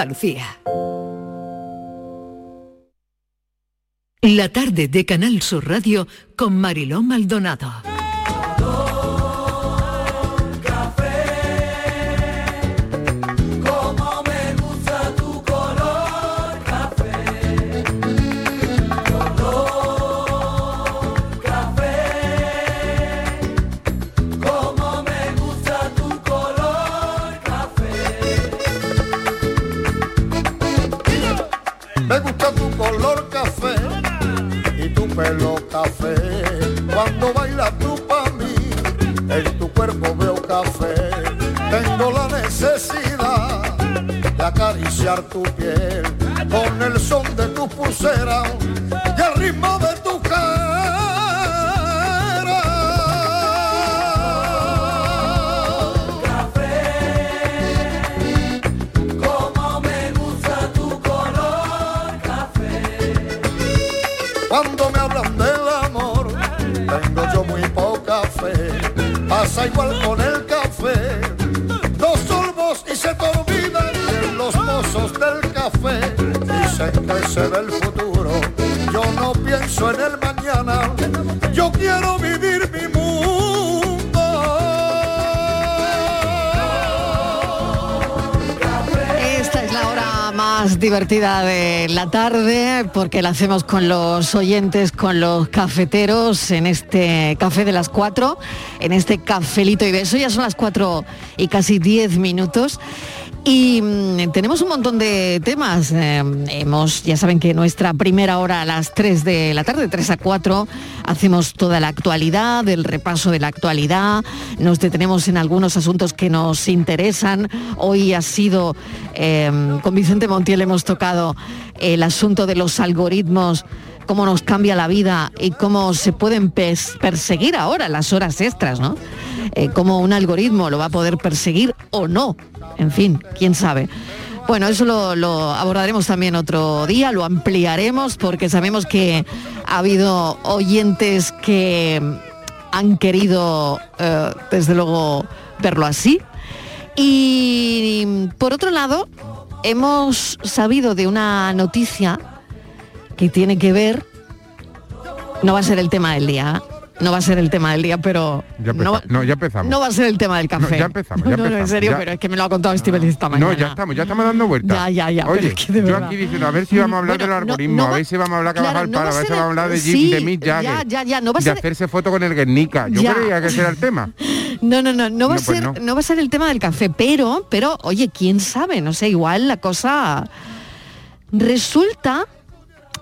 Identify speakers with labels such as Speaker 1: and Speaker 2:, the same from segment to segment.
Speaker 1: Andalucía. La tarde de Canal Sur Radio con Mariló Maldonado.
Speaker 2: Como me gusta tu color café, color café. Como me gusta tu color café.
Speaker 3: Me gusta tu color café y tu pelo café. Cuando bailas tú para mí, en tu cuerpo veo café. Tengo la necesidad de acariciar tu piel con el son de tu pulsera y el ritmo de tu
Speaker 2: Como me gusta tu color café.
Speaker 3: Cuando me hablan del amor, tengo yo muy poca fe. Pasa igual con el café. Dos sorbos y se te olvidan que en los pozos del café. Dicen que se ve el futuro. Yo no pienso en el mañana. Yo quiero vivir mi mundo.
Speaker 4: Esta es la hora más divertida de la tarde porque la hacemos con los oyentes, con los cafeteros en este café de las 4, en este cafelito y beso. Ya son las 4 y casi 10 minutos. Y mm, tenemos un montón de temas. Eh, hemos, ya saben que nuestra primera hora a las 3 de la tarde, 3 a 4, hacemos toda la actualidad, el repaso de la actualidad, nos detenemos en algunos asuntos que nos interesan. Hoy ha sido, eh, con Vicente Montiel hemos tocado el asunto de los algoritmos cómo nos cambia la vida y cómo se pueden pes- perseguir ahora las horas extras, ¿no? Eh, cómo un algoritmo lo va a poder perseguir o no. En fin, quién sabe. Bueno, eso lo, lo abordaremos también otro día, lo ampliaremos porque sabemos que ha habido oyentes que han querido, eh, desde luego, verlo así. Y por otro lado, hemos sabido de una noticia que tiene que ver, no va a ser el tema del día, ¿eh? no va a ser el tema del día, pero
Speaker 5: Ya
Speaker 4: no, va-
Speaker 5: empezamos. No, ya empezamos.
Speaker 4: no va a ser el tema del café.
Speaker 5: No, ya empezamos,
Speaker 4: No,
Speaker 5: ya
Speaker 4: no, en
Speaker 5: empezamos,
Speaker 4: serio,
Speaker 5: ya. Ah.
Speaker 4: pero es que me lo ha contado Steven esta mañana.
Speaker 5: No, ya estamos, ya estamos dando vueltas.
Speaker 4: Ya, ya, ya, pero
Speaker 5: Oye,
Speaker 4: es que de
Speaker 5: yo
Speaker 4: verdad.
Speaker 5: aquí diciendo, a ver si vamos a hablar
Speaker 4: Bueno,
Speaker 5: del
Speaker 4: no-
Speaker 5: algoritmo,
Speaker 4: no
Speaker 5: a
Speaker 4: va-
Speaker 5: ver si vamos a hablar que
Speaker 4: claro,
Speaker 5: bajar
Speaker 4: no va
Speaker 5: para, a
Speaker 4: a
Speaker 5: ver si
Speaker 4: ser
Speaker 5: vamos a hablar de
Speaker 4: el-
Speaker 5: Jim,
Speaker 4: sí,
Speaker 5: de Mick Jagger.
Speaker 4: ya, ya, ya, no va a
Speaker 5: de
Speaker 4: ser-
Speaker 5: hacerse foto con el Guernica. Yo
Speaker 4: Ya.
Speaker 5: creía que ese era el tema.
Speaker 4: No, no, no, no va a
Speaker 5: No, pues
Speaker 4: ser,
Speaker 5: no.
Speaker 4: no. va a ser el tema del café, pero, pero, oye, quién sabe, no sé, igual la cosa resulta.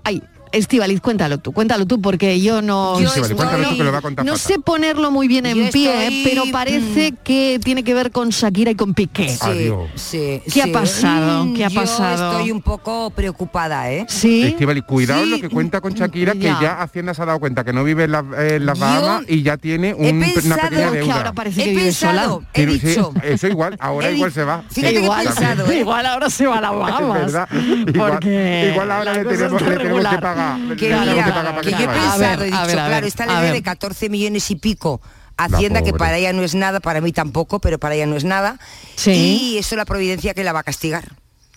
Speaker 4: Ay, Estivaliz, cuéntalo tú, cuéntalo tú, porque yo no.
Speaker 5: Sí, Estíbaliz, cuéntalo tú, que lo va a contar
Speaker 4: no
Speaker 5: Fata.
Speaker 4: sé ponerlo muy bien en
Speaker 6: Yo
Speaker 4: pie, ¿eh?
Speaker 6: estoy, mm.
Speaker 4: pero parece que tiene que ver con Shakira y con Piqué.
Speaker 6: Sí, Adiós. sí,
Speaker 4: ¿Qué ha
Speaker 6: sí.
Speaker 4: pasado?
Speaker 6: Mm,
Speaker 4: ¿Qué ha
Speaker 6: yo
Speaker 4: pasado?
Speaker 6: estoy un poco preocupada, ¿eh?
Speaker 4: Sí.
Speaker 5: Estíbaliz, cuidado en lo que cuenta con Shakira, que
Speaker 6: ya.
Speaker 5: ya Hacienda se ha dado cuenta que no vive en las, eh, en las
Speaker 6: Yo
Speaker 5: Bahamas y ya tiene
Speaker 6: he
Speaker 5: un- una
Speaker 6: pensado-
Speaker 5: pequeña
Speaker 6: Es que
Speaker 5: deuda.
Speaker 6: ahora parece que He vive sola. pensado, he
Speaker 5: Pero sí,
Speaker 6: dicho.
Speaker 5: eso igual, ahora
Speaker 6: He
Speaker 5: igual
Speaker 6: di-
Speaker 5: se va.
Speaker 6: Fíjate que he
Speaker 5: también.
Speaker 6: pensado, ¿eh?
Speaker 4: Igual ahora se va a las Bahamas.
Speaker 5: Es verdad. Igual-
Speaker 4: Porque
Speaker 5: igual ahora
Speaker 4: la
Speaker 5: le
Speaker 4: cosa
Speaker 5: tenemos-
Speaker 4: está
Speaker 5: le tenemos que
Speaker 4: regular.
Speaker 5: pagar. Le
Speaker 6: Que
Speaker 5: tenemos
Speaker 6: mira,
Speaker 5: que pagar para
Speaker 6: que
Speaker 5: que
Speaker 6: yo he
Speaker 5: se vaya.
Speaker 6: pensado,
Speaker 5: A ver,
Speaker 6: he
Speaker 5: a
Speaker 6: dicho,
Speaker 5: ver, a ver,
Speaker 6: claro, esta
Speaker 5: a
Speaker 6: ley de
Speaker 5: ver.
Speaker 6: 14 millones y pico. Hacienda, que
Speaker 5: pobre.
Speaker 6: para ella no es nada, para mí tampoco, pero para ella no es nada. Y eso la providencia que la va a castigar.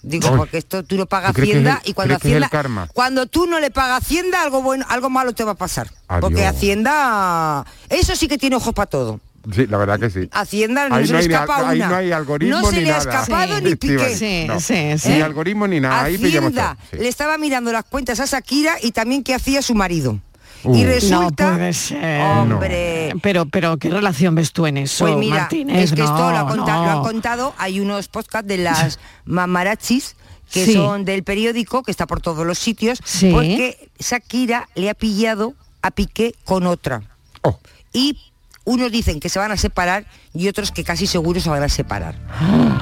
Speaker 6: Digo,
Speaker 5: Ay.
Speaker 6: porque esto tú no pagas
Speaker 5: ¿Tú crees que es
Speaker 6: Hacienda
Speaker 5: el-
Speaker 6: y cuando
Speaker 5: crees que es el
Speaker 6: Hacienda.
Speaker 5: karma?
Speaker 6: Cuando tú no le pagas Hacienda, algo bueno, algo malo te va a pasar.
Speaker 5: Adiós.
Speaker 6: Porque Hacienda. Eso sí que tiene ojos para todo.
Speaker 5: Sí, la verdad que sí.
Speaker 6: Hacienda no
Speaker 5: Ahí
Speaker 6: se
Speaker 5: no
Speaker 6: le
Speaker 5: hay ni
Speaker 6: escapa
Speaker 5: al- ahí
Speaker 6: una.
Speaker 5: no hay algoritmo
Speaker 6: No se
Speaker 5: ni
Speaker 6: le ha
Speaker 5: nada.
Speaker 6: escapado ni
Speaker 5: Estíbaliz,
Speaker 6: piqué. ¿Eh? Sí,
Speaker 5: no.
Speaker 6: sí, sí.
Speaker 5: Ni algoritmo ni nada. Ahí pillamos todo.
Speaker 6: Hacienda le estaba mirando las cuentas a Shakira y también qué hacía su marido.
Speaker 4: Uh.
Speaker 6: Y
Speaker 4: No
Speaker 6: resulta,
Speaker 4: puede
Speaker 5: eh,
Speaker 4: ser.
Speaker 6: hombre,
Speaker 4: Pero, pero, ¿qué relación ves tú en eso,
Speaker 6: pues mira,
Speaker 4: Martínez?
Speaker 6: es que esto lo, ha
Speaker 4: No,
Speaker 6: conta- lo han
Speaker 4: no.
Speaker 6: contado, hay unos podcasts de las mamarachis que
Speaker 4: Sí.
Speaker 6: son del periódico, que está por todos los sitios,
Speaker 4: Sí.
Speaker 6: porque Shakira le ha pillado a Piqué con otra. Y unos dicen que se van a separar y otros que casi seguro se van a separar.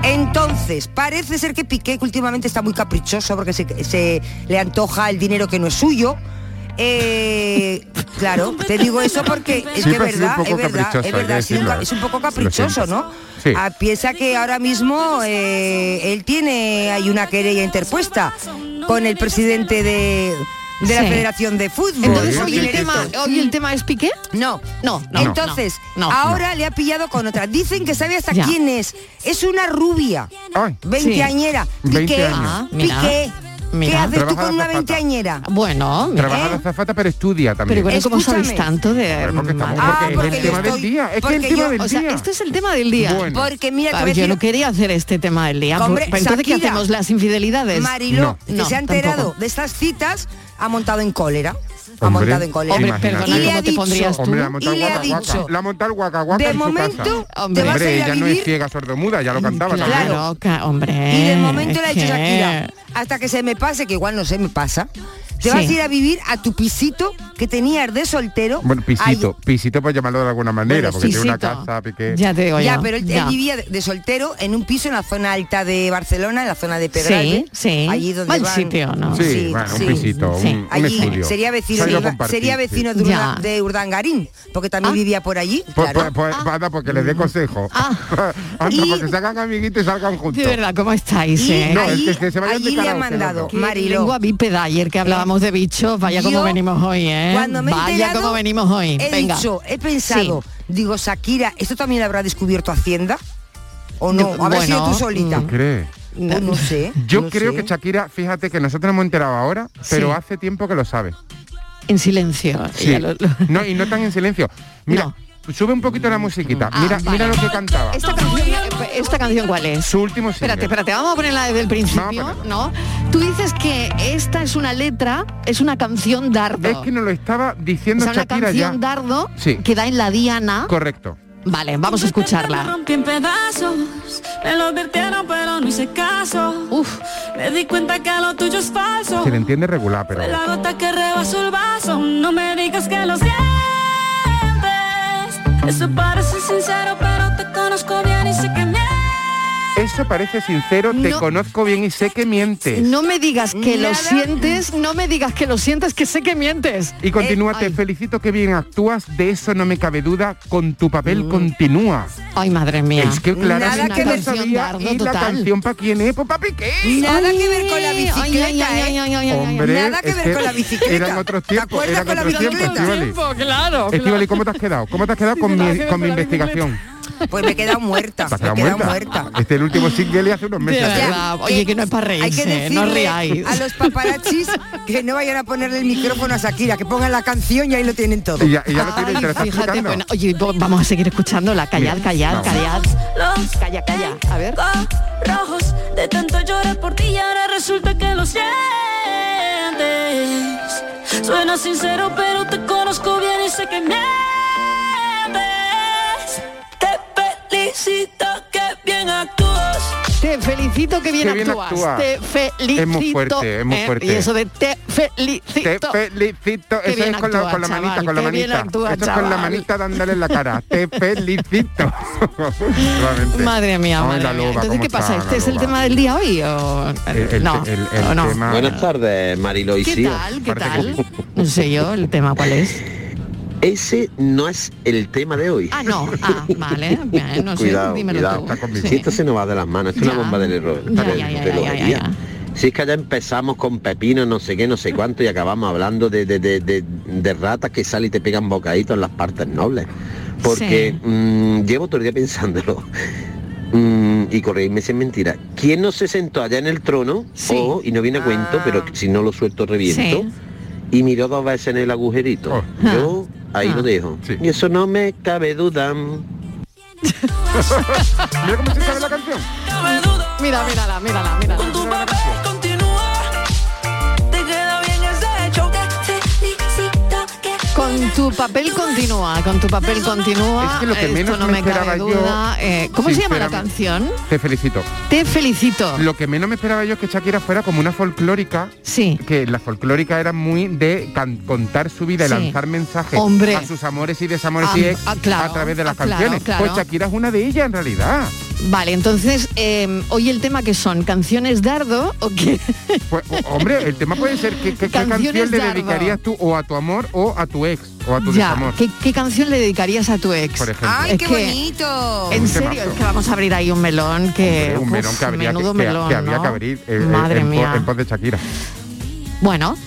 Speaker 6: Entonces, parece ser que Piqué que últimamente está muy caprichoso porque se, se le antoja el dinero que no es suyo. Eh, claro, te digo eso porque es que
Speaker 5: Siempre ha
Speaker 6: es
Speaker 5: sido un
Speaker 6: verdad,
Speaker 5: poco
Speaker 6: es verdad,
Speaker 5: caprichoso,
Speaker 6: es
Speaker 5: hay que
Speaker 6: verdad, ha sido un ca-
Speaker 5: decirlo. ¿eh?
Speaker 6: es un poco
Speaker 5: Lo siento.
Speaker 6: caprichoso, ¿no?
Speaker 5: Sí.
Speaker 6: Ah, piensa que ahora mismo eh, él tiene hay una querella interpuesta con el presidente de de la
Speaker 4: Sí.
Speaker 6: Federación de Fútbol.
Speaker 4: Entonces,
Speaker 6: Son
Speaker 4: hoy el
Speaker 6: dineros.
Speaker 4: tema- hoy el tema es Piqué.
Speaker 6: No,
Speaker 4: no, no.
Speaker 6: Entonces,
Speaker 4: no, no,
Speaker 6: ahora le ha pillado con otra. Dicen que sabe hasta
Speaker 4: Ya.
Speaker 6: quién es. Es una rubia. Veinteañera.
Speaker 5: Sí.
Speaker 6: Piqué.
Speaker 5: 20 años. Ah, mira.
Speaker 6: Piqué. ¿Qué
Speaker 5: Mira.
Speaker 6: haces tú
Speaker 5: Trabaja
Speaker 6: con una
Speaker 5: de zapata.
Speaker 6: veinteañera?
Speaker 4: Bueno,
Speaker 5: Trabaja de azafata, pero estudia también.
Speaker 4: Pero bueno, ¿cómo sabéis tanto de...?
Speaker 5: Porque estamos-
Speaker 4: madre
Speaker 6: Ah,
Speaker 5: porque
Speaker 4: mía.
Speaker 5: es el tema del día. Es que el
Speaker 4: Porque
Speaker 5: tema
Speaker 4: yo-
Speaker 5: del
Speaker 4: o sea,
Speaker 5: día.
Speaker 4: esto es el tema del día.
Speaker 5: Bueno.
Speaker 6: Porque mira, te
Speaker 4: Ah,
Speaker 6: voy a
Speaker 4: yo
Speaker 6: decir-
Speaker 4: no quería hacer este tema del día.
Speaker 6: Hombre,
Speaker 4: Pero entonces, ¿qué
Speaker 6: Shakira.
Speaker 4: hacemos? ¿Las infidelidades?
Speaker 6: Marilo, que
Speaker 4: No,
Speaker 6: se ha enterado
Speaker 4: tampoco.
Speaker 6: de estas citas, ha montado en cólera. ha
Speaker 5: Hombre,
Speaker 6: montado en cólera.
Speaker 5: Hombre, imagínate.
Speaker 6: y
Speaker 5: perdona,
Speaker 6: le
Speaker 5: ¿cómo
Speaker 6: ha
Speaker 5: te
Speaker 6: dicho,
Speaker 5: pondrías tú? Hombre, la ha montado
Speaker 6: y le ha
Speaker 5: guaca, guaca.
Speaker 6: dicho,
Speaker 5: La ha montado guaca, guaca
Speaker 6: de
Speaker 5: en su
Speaker 6: momento
Speaker 5: casa.
Speaker 6: te
Speaker 5: Hombre,
Speaker 6: vas a ir a
Speaker 5: ella no
Speaker 6: vivir-
Speaker 5: es ciega sordomuda, ya lo cantaba también.
Speaker 4: Mm, Claro, ca- hombre.
Speaker 6: y de momento le ha dicho
Speaker 4: ¿qué?
Speaker 6: Shakira, hasta que se me pase, que igual no se me pasa, te
Speaker 5: Sí.
Speaker 6: vas a ir a vivir a tu pisito que tenías de soltero.
Speaker 5: Bueno, pisito, pisito para llamarlo de alguna
Speaker 6: Bueno,
Speaker 5: manera, porque tiene una
Speaker 6: pisito.
Speaker 5: casa, piqué.
Speaker 6: ya, pero él, él vivía de, de soltero en un piso en la zona alta de Barcelona, en la zona de Pedralbes.
Speaker 4: Sí, sí.
Speaker 6: Allí donde
Speaker 4: Buen
Speaker 6: van-
Speaker 4: sitio, ¿no?
Speaker 5: Sí, bueno, un pisito, un- un
Speaker 6: Allí
Speaker 5: estudio.
Speaker 6: sería vecino,
Speaker 5: Salgo a
Speaker 6: de, Iba-
Speaker 5: compartir,
Speaker 6: sería
Speaker 5: sí.
Speaker 6: vecino de,
Speaker 5: Ya.
Speaker 6: Urda- de Urdangarín, porque
Speaker 4: Ah.
Speaker 6: también vivía por allí.
Speaker 5: Pues,
Speaker 6: claro.
Speaker 5: pues- pues, anda, porque les dé consejo. Anda,
Speaker 6: Y-
Speaker 5: porque se hagan amiguitos y salgan juntos.
Speaker 4: De verdad, ¿cómo estáis?
Speaker 5: Y
Speaker 4: eh?
Speaker 5: No, es que- allí- que se vayan de
Speaker 6: allí le ha
Speaker 5: karaoke,
Speaker 6: mandado,
Speaker 5: los dos.
Speaker 6: Mariló. ¿Eh?
Speaker 4: Lengua bípeda, ayer que hablábamos de bichos, vaya
Speaker 6: Yo,
Speaker 4: como venimos hoy, ¿eh?
Speaker 6: Cuando me he
Speaker 4: vaya
Speaker 6: enterado,
Speaker 4: como venimos hoy.
Speaker 6: He
Speaker 4: Venga.
Speaker 6: dicho, he pensado, digo, Shakira, ¿esto también lo habrá descubierto Hacienda? ¿O no?
Speaker 5: Yo-
Speaker 6: ¿Habrá sido tú
Speaker 5: bueno,
Speaker 6: solita?
Speaker 4: mm,
Speaker 5: ¿Tú crees?
Speaker 6: Pues no sé.
Speaker 5: Yo
Speaker 6: no
Speaker 5: creo
Speaker 6: sé.
Speaker 5: que Shakira, fíjate que nosotros hemos enterado ahora, pero
Speaker 4: Sí.
Speaker 5: hace tiempo que lo sabe.
Speaker 4: En silencio.
Speaker 5: Sí.
Speaker 4: ya lo- lo-
Speaker 5: No, y no tan en silencio. Mira, sube un poquito la musiquita. Mira,
Speaker 4: Ah,
Speaker 5: mira
Speaker 4: vale.
Speaker 5: lo que cantaba.
Speaker 4: Esta canción, esta canción, ¿cuál es?
Speaker 5: Su último single.
Speaker 4: Espérate, espérate, vamos a ponerla desde el principio, ¿no? Tú dices que esta es una letra, es una canción dardo.
Speaker 5: Es que nos lo estaba
Speaker 4: O
Speaker 5: diciendo
Speaker 4: sea, una
Speaker 5: Shakira ya.
Speaker 4: canción dardo
Speaker 5: Sí.
Speaker 4: que da en la diana.
Speaker 5: Correcto.
Speaker 4: Vale, vamos a escucharla.
Speaker 7: rompí en pedazos. Me lo advirtieron, pero no hice caso. Uf. Me di cuenta que lo tuyo es falso.
Speaker 5: Se le entiende regular, pero...
Speaker 7: Fue la gota que rebasó el vaso. No me digas que lo sientes. Eso parece sincero, pero te conozco bien y sé que me
Speaker 5: Eso parece sincero, te
Speaker 4: No.
Speaker 5: conozco bien y sé que mientes.
Speaker 4: No me digas que lo
Speaker 5: Nada.
Speaker 4: sientes, no me digas que lo sientes, que sé que mientes. Eh,
Speaker 5: Y continúa, te felicito que bien actúas, de eso no me cabe duda, con tu papel continúa.
Speaker 4: Ay, madre mía.
Speaker 5: Es que claramente
Speaker 4: Nada que
Speaker 5: lo
Speaker 4: ver.
Speaker 5: sabía
Speaker 4: Canción
Speaker 5: y
Speaker 4: dardo
Speaker 5: la
Speaker 4: total.
Speaker 5: canción para quién es, pues para Piqué.
Speaker 6: Nada que ver con la
Speaker 4: Ay, ay,
Speaker 6: bicicleta,
Speaker 4: ay, ay,
Speaker 6: ¿eh?
Speaker 4: ay, ay, ay, ay, ay.
Speaker 5: Hombre,
Speaker 6: Nada que
Speaker 5: es
Speaker 6: ver con la bicicleta.
Speaker 5: Eran otros tiempos,
Speaker 6: acuerdas
Speaker 5: eran
Speaker 6: con la
Speaker 5: otros tiempos,
Speaker 6: bicicleta? pues,
Speaker 5: Estivali.
Speaker 6: Tiempo, claro,
Speaker 5: Estivali,
Speaker 6: claro.
Speaker 5: ¿cómo te has quedado? ¿Cómo te has quedado con mi, con mi investigación?
Speaker 6: Pues me he quedado muerta.
Speaker 5: Te has
Speaker 6: me he
Speaker 5: quedado
Speaker 6: quedado
Speaker 5: muerta.
Speaker 6: muerta.
Speaker 5: Este es el último single y hace unos
Speaker 4: De
Speaker 5: meses.
Speaker 4: verdad, oye, que no es para
Speaker 6: Hay
Speaker 4: reírse,
Speaker 6: que decirle
Speaker 4: no riáis.
Speaker 6: a los paparachis que no vayan a ponerle el micrófono a Shakira, que pongan la canción y ahí lo tienen todo.
Speaker 5: Y ya- y ya lo tienen, te lo está
Speaker 4: Fíjate,
Speaker 5: explicando.
Speaker 4: bueno, oye, vo- vamos a seguir escuchándola. Callad,
Speaker 5: Bien,
Speaker 4: callad,
Speaker 5: vamos.
Speaker 4: callad.
Speaker 7: los
Speaker 4: Calla, calla. A ver.
Speaker 7: rojos. De tanto llorar por ti y ahora resulta que lo sientes. Suena sincero, pero te conozco bien y sé que mientes. Te felicito que bien actúas.
Speaker 4: Te felicito que bien,
Speaker 5: Qué bien
Speaker 4: actúas.
Speaker 5: actúa.
Speaker 4: Te felicito.
Speaker 5: Es muy fuerte, es muy
Speaker 4: ¿eh?
Speaker 5: fuerte.
Speaker 4: Y eso de te felicito.
Speaker 5: Te felicito.
Speaker 4: Qué
Speaker 5: Eso
Speaker 4: bien
Speaker 5: es con, la-
Speaker 4: actúa,
Speaker 5: con la,
Speaker 4: chaval,
Speaker 5: manita, con la
Speaker 4: qué bien
Speaker 5: manita.
Speaker 4: actúa,
Speaker 5: Eso es con la
Speaker 4: chaval.
Speaker 5: manita dándole en la cara. Te felicito. Realmente.
Speaker 4: Madre mía,
Speaker 5: Ay,
Speaker 4: madre
Speaker 5: la
Speaker 4: mía.
Speaker 5: loba,
Speaker 4: Entonces,
Speaker 5: ¿cómo
Speaker 4: ¿qué pasa?
Speaker 5: está
Speaker 4: ¿Este
Speaker 5: la
Speaker 4: es el
Speaker 5: loba?
Speaker 4: tema del día hoy o
Speaker 5: El- el-
Speaker 4: Eh, no?
Speaker 5: el- el
Speaker 4: ¿O no?
Speaker 5: tema-
Speaker 8: Buenas tardes, Marilo y
Speaker 4: ¿Qué
Speaker 8: Sio.
Speaker 4: tal? ¿Qué tal? No sé yo el tema cuál es.
Speaker 8: Ese no es el tema de hoy.
Speaker 4: Ah, no. Ah, vale. bien, no sé,
Speaker 8: cuidado,
Speaker 4: dímelo
Speaker 8: cuidado.
Speaker 4: tú.
Speaker 8: Si esto se nos va de las manos, esto es
Speaker 4: Ya.
Speaker 8: una bomba del error.
Speaker 4: Ya, ya, ya, ya, ya, ya.
Speaker 8: Si es que ya empezamos con pepino, no sé qué, no sé cuánto, y acabamos hablando de, de, de- de- de ratas que salen y te pegan bocaditos en las partes nobles. Porque mm, llevo todo el día pensándolo. Mm, y corregirme si es mentira. ¿Quién no se sentó allá en el trono? o, y no viene a cuento, pero si no lo suelto reviento.
Speaker 4: Sí.
Speaker 8: Y miró dos veces en el agujerito. Yo ahí lo dejo. Y eso no me cabe duda.
Speaker 5: Mira cómo se sabe la canción.
Speaker 4: Mira, mírala, mírala, mírala.
Speaker 7: Te queda bien ese hecho que te felicito que
Speaker 4: Con tu papel continúa, con tu papel continúa.
Speaker 5: Es que lo que menos
Speaker 4: Esto no
Speaker 5: me
Speaker 4: me cabe
Speaker 5: esperaba yo,
Speaker 4: duda. Eh, ¿Cómo se llama la
Speaker 5: sinceramente.
Speaker 4: canción?
Speaker 5: Te felicito.
Speaker 4: Te felicito.
Speaker 5: Lo que menos me esperaba yo es que Shakira fuera como una folclórica.
Speaker 4: Sí.
Speaker 5: Que la folclórica era muy de can- contar su vida y
Speaker 4: Sí.
Speaker 5: lanzar mensajes
Speaker 4: Hombre.
Speaker 5: a sus amores y desamores
Speaker 4: Ah,
Speaker 5: y ex
Speaker 4: ah, claro,
Speaker 5: a través de las
Speaker 4: ah, claro,
Speaker 5: canciones.
Speaker 4: claro.
Speaker 5: Pues Shakira es una de ellas en realidad.
Speaker 4: Vale, entonces, eh, hoy el tema que son canciones dardo o qué?
Speaker 5: Pues, o- hombre, el tema puede ser que, que- qué
Speaker 4: Canciones
Speaker 5: canción le
Speaker 4: dardo.
Speaker 5: dedicarías tú o a tu amor o a tu ex o a tu
Speaker 4: ya,
Speaker 5: desamor.
Speaker 4: ¿qué, qué canción le dedicarías a tu ex?
Speaker 5: Ah, pues Por ejemplo.
Speaker 6: ¡Ay,
Speaker 4: Es
Speaker 6: qué
Speaker 4: que-
Speaker 6: bonito!
Speaker 4: En
Speaker 5: Un
Speaker 4: serio,
Speaker 5: temazo.
Speaker 4: es que vamos a abrir ahí un melón que...
Speaker 5: Hombre, un
Speaker 4: uf,
Speaker 5: melón que, habría que,
Speaker 4: menudo
Speaker 5: que- que
Speaker 4: melón,
Speaker 5: había
Speaker 4: ¿no?
Speaker 5: que abrir eh, eh,
Speaker 4: Madre
Speaker 5: en, pos-
Speaker 4: mía.
Speaker 5: en pos de Shakira.
Speaker 4: Bueno,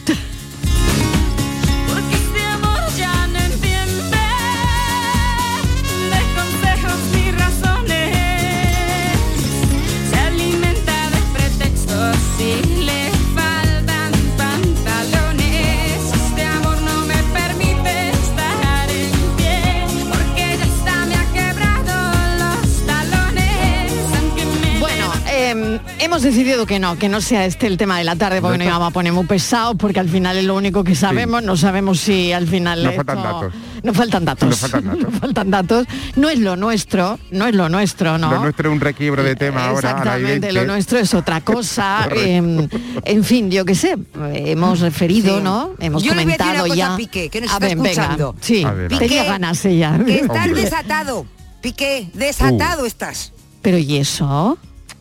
Speaker 7: Este
Speaker 4: em, decidido que no, que no sea este el tema de la tarde, porque no
Speaker 5: No está-
Speaker 4: íbamos a poner muy pesados, porque al final es lo único que sabemos, no sabemos si al final...
Speaker 5: Nos faltan
Speaker 4: esto-
Speaker 5: datos.
Speaker 4: Nos faltan datos.
Speaker 5: Nos faltan datos.
Speaker 4: Nos faltan datos. No es lo nuestro, no es lo nuestro, ¿no?
Speaker 5: Lo nuestro es un requiebro de tema ahora. ahora hay
Speaker 4: Exactamente, lo
Speaker 5: veinte.
Speaker 4: nuestro es otra cosa.
Speaker 5: Correcto.
Speaker 4: em, en fin, yo qué sé, hemos referido, ¿no? Hemos
Speaker 6: Yo le voy a decir
Speaker 4: comentado
Speaker 6: una cosa
Speaker 4: ya.
Speaker 6: a Piqué, que nos
Speaker 4: A
Speaker 6: está
Speaker 4: ver, venga,
Speaker 6: escuchando.
Speaker 4: Sí,
Speaker 5: A ver,
Speaker 4: tenía
Speaker 6: Piqué,
Speaker 4: ganas ella.
Speaker 6: Que estás
Speaker 5: Hombre.
Speaker 6: desatado, Piqué,
Speaker 4: Uh.
Speaker 6: desatado estás.
Speaker 4: Pero ¿y eso?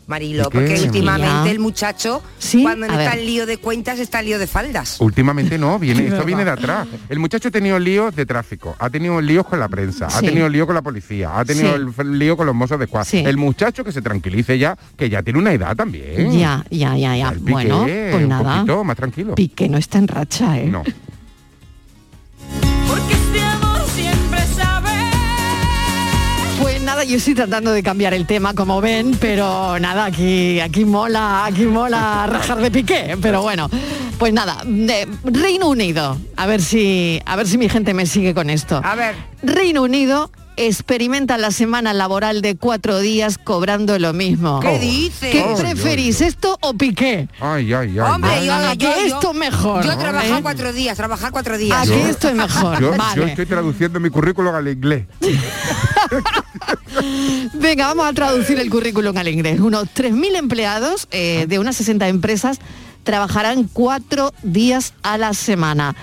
Speaker 6: Marilo,
Speaker 5: Piqué.
Speaker 6: porque
Speaker 5: Sí,
Speaker 6: últimamente
Speaker 4: mira.
Speaker 6: el muchacho,
Speaker 4: Sí,
Speaker 6: cuando no
Speaker 4: a
Speaker 6: está
Speaker 4: ver.
Speaker 6: en lío de cuentas, está en lío de faldas.
Speaker 5: Últimamente no, viene,
Speaker 4: Es
Speaker 5: esto
Speaker 4: verdad.
Speaker 5: viene de atrás. El muchacho ha tenido líos de tráfico, ha tenido líos con la prensa, ha
Speaker 4: Sí.
Speaker 5: tenido lío con la policía, ha tenido
Speaker 4: Sí.
Speaker 5: el lío con los mozos de cuadra.
Speaker 4: Sí.
Speaker 5: El muchacho que se tranquilice ya, que ya tiene una edad también.
Speaker 4: Ya, ya, ya, ya.
Speaker 5: El Piqué,
Speaker 4: Bueno, pues
Speaker 5: un
Speaker 4: nada.
Speaker 5: poquito más tranquilo.
Speaker 4: Piqué no está en racha, ¿eh?
Speaker 5: No.
Speaker 9: Porque este amor siempre sabe.
Speaker 4: Pues nada, yo estoy tratando de cambiar el tema, como ven, pero nada, aquí, aquí mola, aquí mola rajar de piqué, pero bueno, pues nada, de Reino Unido, a ver si, a ver si mi gente me sigue con esto.
Speaker 6: A ver.
Speaker 4: Reino Unido experimenta la semana laboral de cuatro días cobrando lo mismo.
Speaker 6: ¿Qué dices?
Speaker 4: ¿Qué
Speaker 5: Ay,
Speaker 4: preferís,
Speaker 5: ay,
Speaker 4: esto o piqué?
Speaker 5: Ay, ay, ay.
Speaker 6: Hombre,
Speaker 5: ay.
Speaker 6: yo,
Speaker 4: no, no,
Speaker 6: yo-
Speaker 4: Ah, que
Speaker 6: yo-
Speaker 4: esto mejor,
Speaker 6: Yo he trabajado
Speaker 4: ¿eh?
Speaker 6: cuatro días, trabajar cuatro
Speaker 4: ¿A
Speaker 6: días.
Speaker 4: qué esto es mejor?
Speaker 5: Yo- yo
Speaker 4: vale.
Speaker 5: estoy traduciendo mi currículum al inglés.
Speaker 4: Venga, vamos a traducir el currículum al inglés. Unos 3.000 empleados
Speaker 5: Ah.
Speaker 4: eh, de unas 60 empresas trabajarán cuatro días a la semana.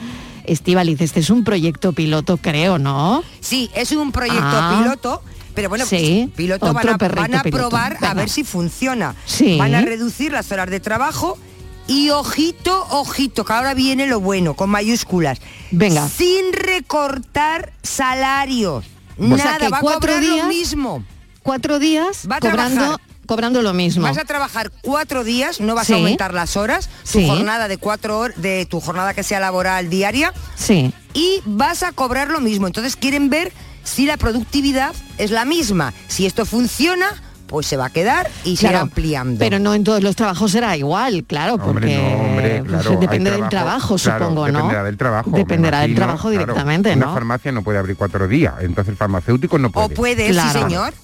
Speaker 4: Estivaliz, este es un proyecto piloto, creo, ¿no?
Speaker 6: Sí, es un proyecto
Speaker 4: Ah.
Speaker 6: piloto, pero bueno, pues,
Speaker 4: Sí,
Speaker 6: piloto van
Speaker 4: otro
Speaker 6: a,
Speaker 4: perrito
Speaker 6: van a
Speaker 4: piloto.
Speaker 6: probar a
Speaker 4: Venga.
Speaker 6: ver si funciona.
Speaker 4: Sí.
Speaker 6: Van a reducir las horas de trabajo y ojito, ojito, que ahora viene lo bueno, con mayúsculas.
Speaker 4: Venga.
Speaker 6: Sin recortar salarios.
Speaker 4: O sea
Speaker 6: Nada,
Speaker 4: que
Speaker 6: va a
Speaker 4: cuatro
Speaker 6: cobrar
Speaker 4: días-
Speaker 6: lo mismo.
Speaker 4: Cuatro días
Speaker 6: Va a
Speaker 4: cobrando,
Speaker 6: trabajar.
Speaker 4: cobrando lo mismo.
Speaker 6: Vas a trabajar cuatro días, no vas
Speaker 4: Sí.
Speaker 6: a aumentar las horas, tu
Speaker 4: Sí.
Speaker 6: jornada de cuatro horas, de tu jornada que sea laboral diaria,
Speaker 4: Sí.
Speaker 6: y vas a cobrar lo mismo. Entonces quieren ver si la productividad es la misma. Si esto funciona, pues se va a quedar y se irá
Speaker 4: Claro,
Speaker 6: ampliando.
Speaker 4: Pero no en todos los trabajos será igual, claro,
Speaker 5: Hombre,
Speaker 4: porque
Speaker 5: no, hombre,
Speaker 4: pues,
Speaker 5: claro, hay
Speaker 4: depende del trabajo,
Speaker 5: trabajo, claro,
Speaker 4: supongo, ¿no?
Speaker 5: Dependerá del trabajo. me
Speaker 4: Dependerá del
Speaker 5: imagino,
Speaker 4: trabajo
Speaker 5: claro.
Speaker 4: directamente,
Speaker 5: Una
Speaker 4: ¿no?
Speaker 5: farmacia no puede abrir cuatro días, entonces el farmacéutico no puede.
Speaker 6: o puede,
Speaker 4: Claro.
Speaker 6: sí señor.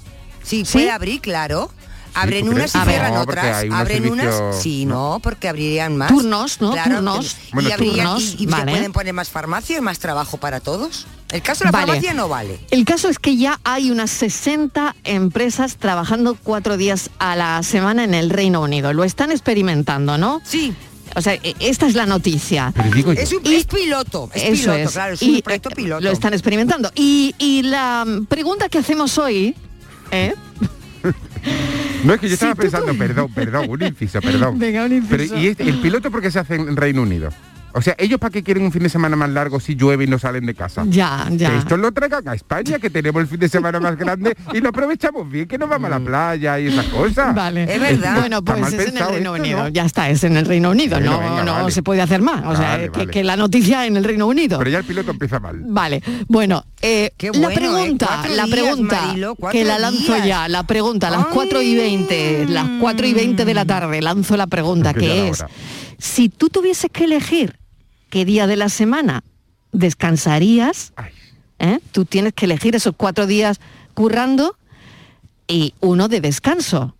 Speaker 6: Sí,
Speaker 4: ¿Sí?
Speaker 6: puede abrir, claro. Abren
Speaker 5: ¿tú
Speaker 6: unas
Speaker 5: crees?
Speaker 6: y
Speaker 4: A ver.
Speaker 6: cierran
Speaker 5: No, porque
Speaker 6: otras.
Speaker 5: hay unos
Speaker 6: Abren unas.
Speaker 5: servicios-
Speaker 6: Sí, no, porque abrirían más.
Speaker 4: Turnos, ¿no?
Speaker 6: Claro,
Speaker 4: Turnos.
Speaker 6: Y,
Speaker 5: Bueno,
Speaker 6: abrirían-
Speaker 4: turnos,
Speaker 6: y- y se
Speaker 4: vale.
Speaker 6: pueden poner más farmacias, más trabajo para todos. El caso de la
Speaker 4: Vale.
Speaker 6: farmacia no vale.
Speaker 4: El caso es que ya hay unas 60 empresas trabajando cuatro días a la semana en el Reino Unido. Lo están experimentando, ¿no?
Speaker 6: Sí.
Speaker 4: O sea, e- esta es la noticia.
Speaker 5: Pero digo yo,
Speaker 6: Es un
Speaker 4: Y-
Speaker 6: es piloto. Es
Speaker 4: Eso
Speaker 6: piloto,
Speaker 4: es.
Speaker 6: claro. Es
Speaker 4: Y,
Speaker 6: un proyecto
Speaker 4: eh,
Speaker 6: piloto.
Speaker 4: Lo están experimentando. Y, y la mm, pregunta que hacemos hoy, ¿eh?
Speaker 5: No es que yo estaba
Speaker 4: tú
Speaker 5: pensando, perdón, perdón, un inciso, perdón.
Speaker 4: Venga, un inciso.
Speaker 5: Pero, ¿Y este- el piloto por qué se hace en Reino Unido? O sea, ¿ellos para qué quieren un fin de semana más largo si llueve y no salen de casa?
Speaker 4: ya,
Speaker 5: Que
Speaker 4: ya.
Speaker 5: esto lo traigan a España, que tenemos el fin de semana más grande y lo aprovechamos bien, que nos vamos a la playa y esas cosas.
Speaker 4: Mm. Vale.
Speaker 6: Es verdad.
Speaker 4: Bueno,
Speaker 5: Está
Speaker 4: pues es
Speaker 5: mal
Speaker 4: en el
Speaker 5: pensado
Speaker 4: Reino
Speaker 5: esto,
Speaker 4: Unido.
Speaker 5: ¿no?
Speaker 4: Ya está, es en el Reino Unido.
Speaker 5: Bueno,
Speaker 4: no
Speaker 5: venga,
Speaker 4: no
Speaker 5: vale.
Speaker 4: se puede hacer más. O sea,
Speaker 5: Vale,
Speaker 4: que,
Speaker 5: vale.
Speaker 4: que la noticia en el Reino Unido.
Speaker 5: Pero ya el piloto empieza mal.
Speaker 4: Vale, bueno, eh, la
Speaker 6: Qué bueno, ¿eh?
Speaker 4: pregunta,
Speaker 6: Cuatro
Speaker 4: la
Speaker 6: días,
Speaker 4: pregunta,
Speaker 6: Marilo, cuatro
Speaker 4: que la lanzo
Speaker 6: días.
Speaker 4: ya, la pregunta, a las 4 y 20, las 4 y 20 de la tarde, lanzo la pregunta,
Speaker 5: Mm. Es que ya
Speaker 4: que
Speaker 5: era
Speaker 4: es,
Speaker 5: hora.
Speaker 4: si tú tuvieses que elegir qué día de la semana descansarías,
Speaker 5: Ay,
Speaker 4: ¿eh? tú tienes que elegir esos cuatro días currando y uno de descanso.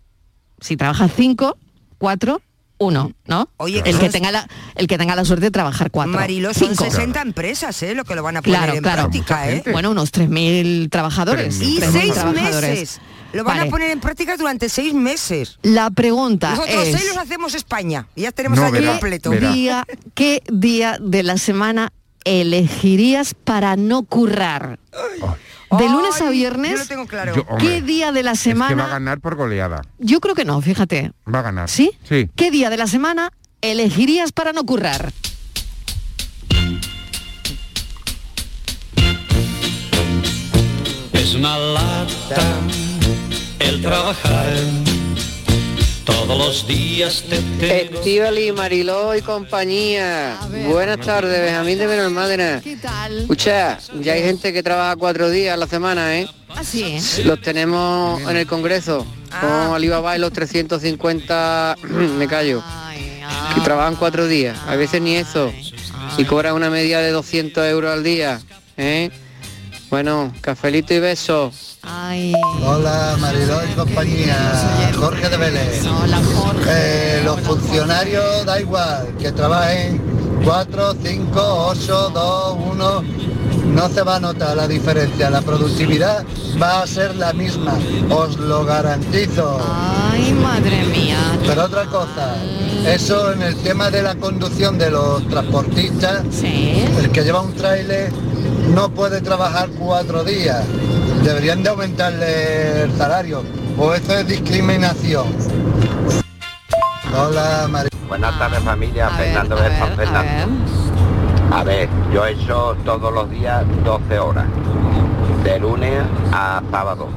Speaker 4: Si trabajas cinco, cuatro, uno, ¿no?
Speaker 6: Oye,
Speaker 4: el,
Speaker 6: son-
Speaker 4: que tenga la, el que tenga la suerte de trabajar cuatro.
Speaker 6: Marilo, son
Speaker 4: cinco.
Speaker 6: 60 empresas, ¿eh? Lo que lo van a poner
Speaker 4: Claro,
Speaker 6: en
Speaker 4: claro.
Speaker 6: práctica, ¿eh?
Speaker 5: gente.
Speaker 4: Bueno, unos 3.000 trabajadores.
Speaker 5: 3.000
Speaker 6: Y
Speaker 4: 3.000
Speaker 6: seis
Speaker 4: trabajadores.
Speaker 6: meses. Lo van
Speaker 4: Vale.
Speaker 6: a poner en práctica durante seis meses.
Speaker 4: La pregunta
Speaker 6: Nosotros
Speaker 4: es,
Speaker 6: seis los hacemos España. Y ya tenemos
Speaker 5: No,
Speaker 6: el año
Speaker 5: verá,
Speaker 6: completo.
Speaker 5: verá.
Speaker 4: día- ¿qué día de la semana elegirías para no currar? De lunes a
Speaker 6: Ay, Yo
Speaker 4: viernes,
Speaker 6: lo tengo claro.
Speaker 5: yo,
Speaker 4: ¿qué
Speaker 5: hombre,
Speaker 4: día de la
Speaker 5: es que va a
Speaker 4: semana?
Speaker 5: ganar por goleada.
Speaker 4: Yo creo que no, fíjate.
Speaker 5: Va a ganar.
Speaker 4: ¿Sí?
Speaker 5: Sí.
Speaker 4: ¿Qué día de la semana elegirías para no currar?
Speaker 10: Es una lata el trabajar. Todos los días te
Speaker 11: Estivali, Mariló y compañía.
Speaker 4: A ver.
Speaker 11: Buenas tardes, Benjamín de Benalmádena.
Speaker 4: ¿Qué tal?
Speaker 11: Escucha, ya hay gente que trabaja cuatro días a la semana, ¿eh?
Speaker 4: Así,
Speaker 11: Los tenemos en el Congreso,
Speaker 6: Ah.
Speaker 11: con Alibaba y los 350, me callo,
Speaker 4: ah.
Speaker 11: que trabajan cuatro días, a veces ni eso, y cobran una media de 200 euros al día, ¿eh? Bueno, cafelito y beso.
Speaker 12: Hola Mariló y compañía, Jorge de Vélez. Eh, los funcionarios da igual, que trabajen 4, 5, 8, 2, 1, no se va a notar la diferencia, la productividad va a ser la misma, os lo garantizo.
Speaker 4: Ay, madre mía.
Speaker 12: Pero otra cosa, eso en el tema de la conducción de los transportistas, el que lleva un tráiler no puede trabajar cuatro días. Deberían de aumentarle el salario. O esto es discriminación. Hola, María.
Speaker 13: Buenas tardes familia, Fernando de San Fernando. A ver, yo he hecho todos los días 12 horas, de lunes a sábado.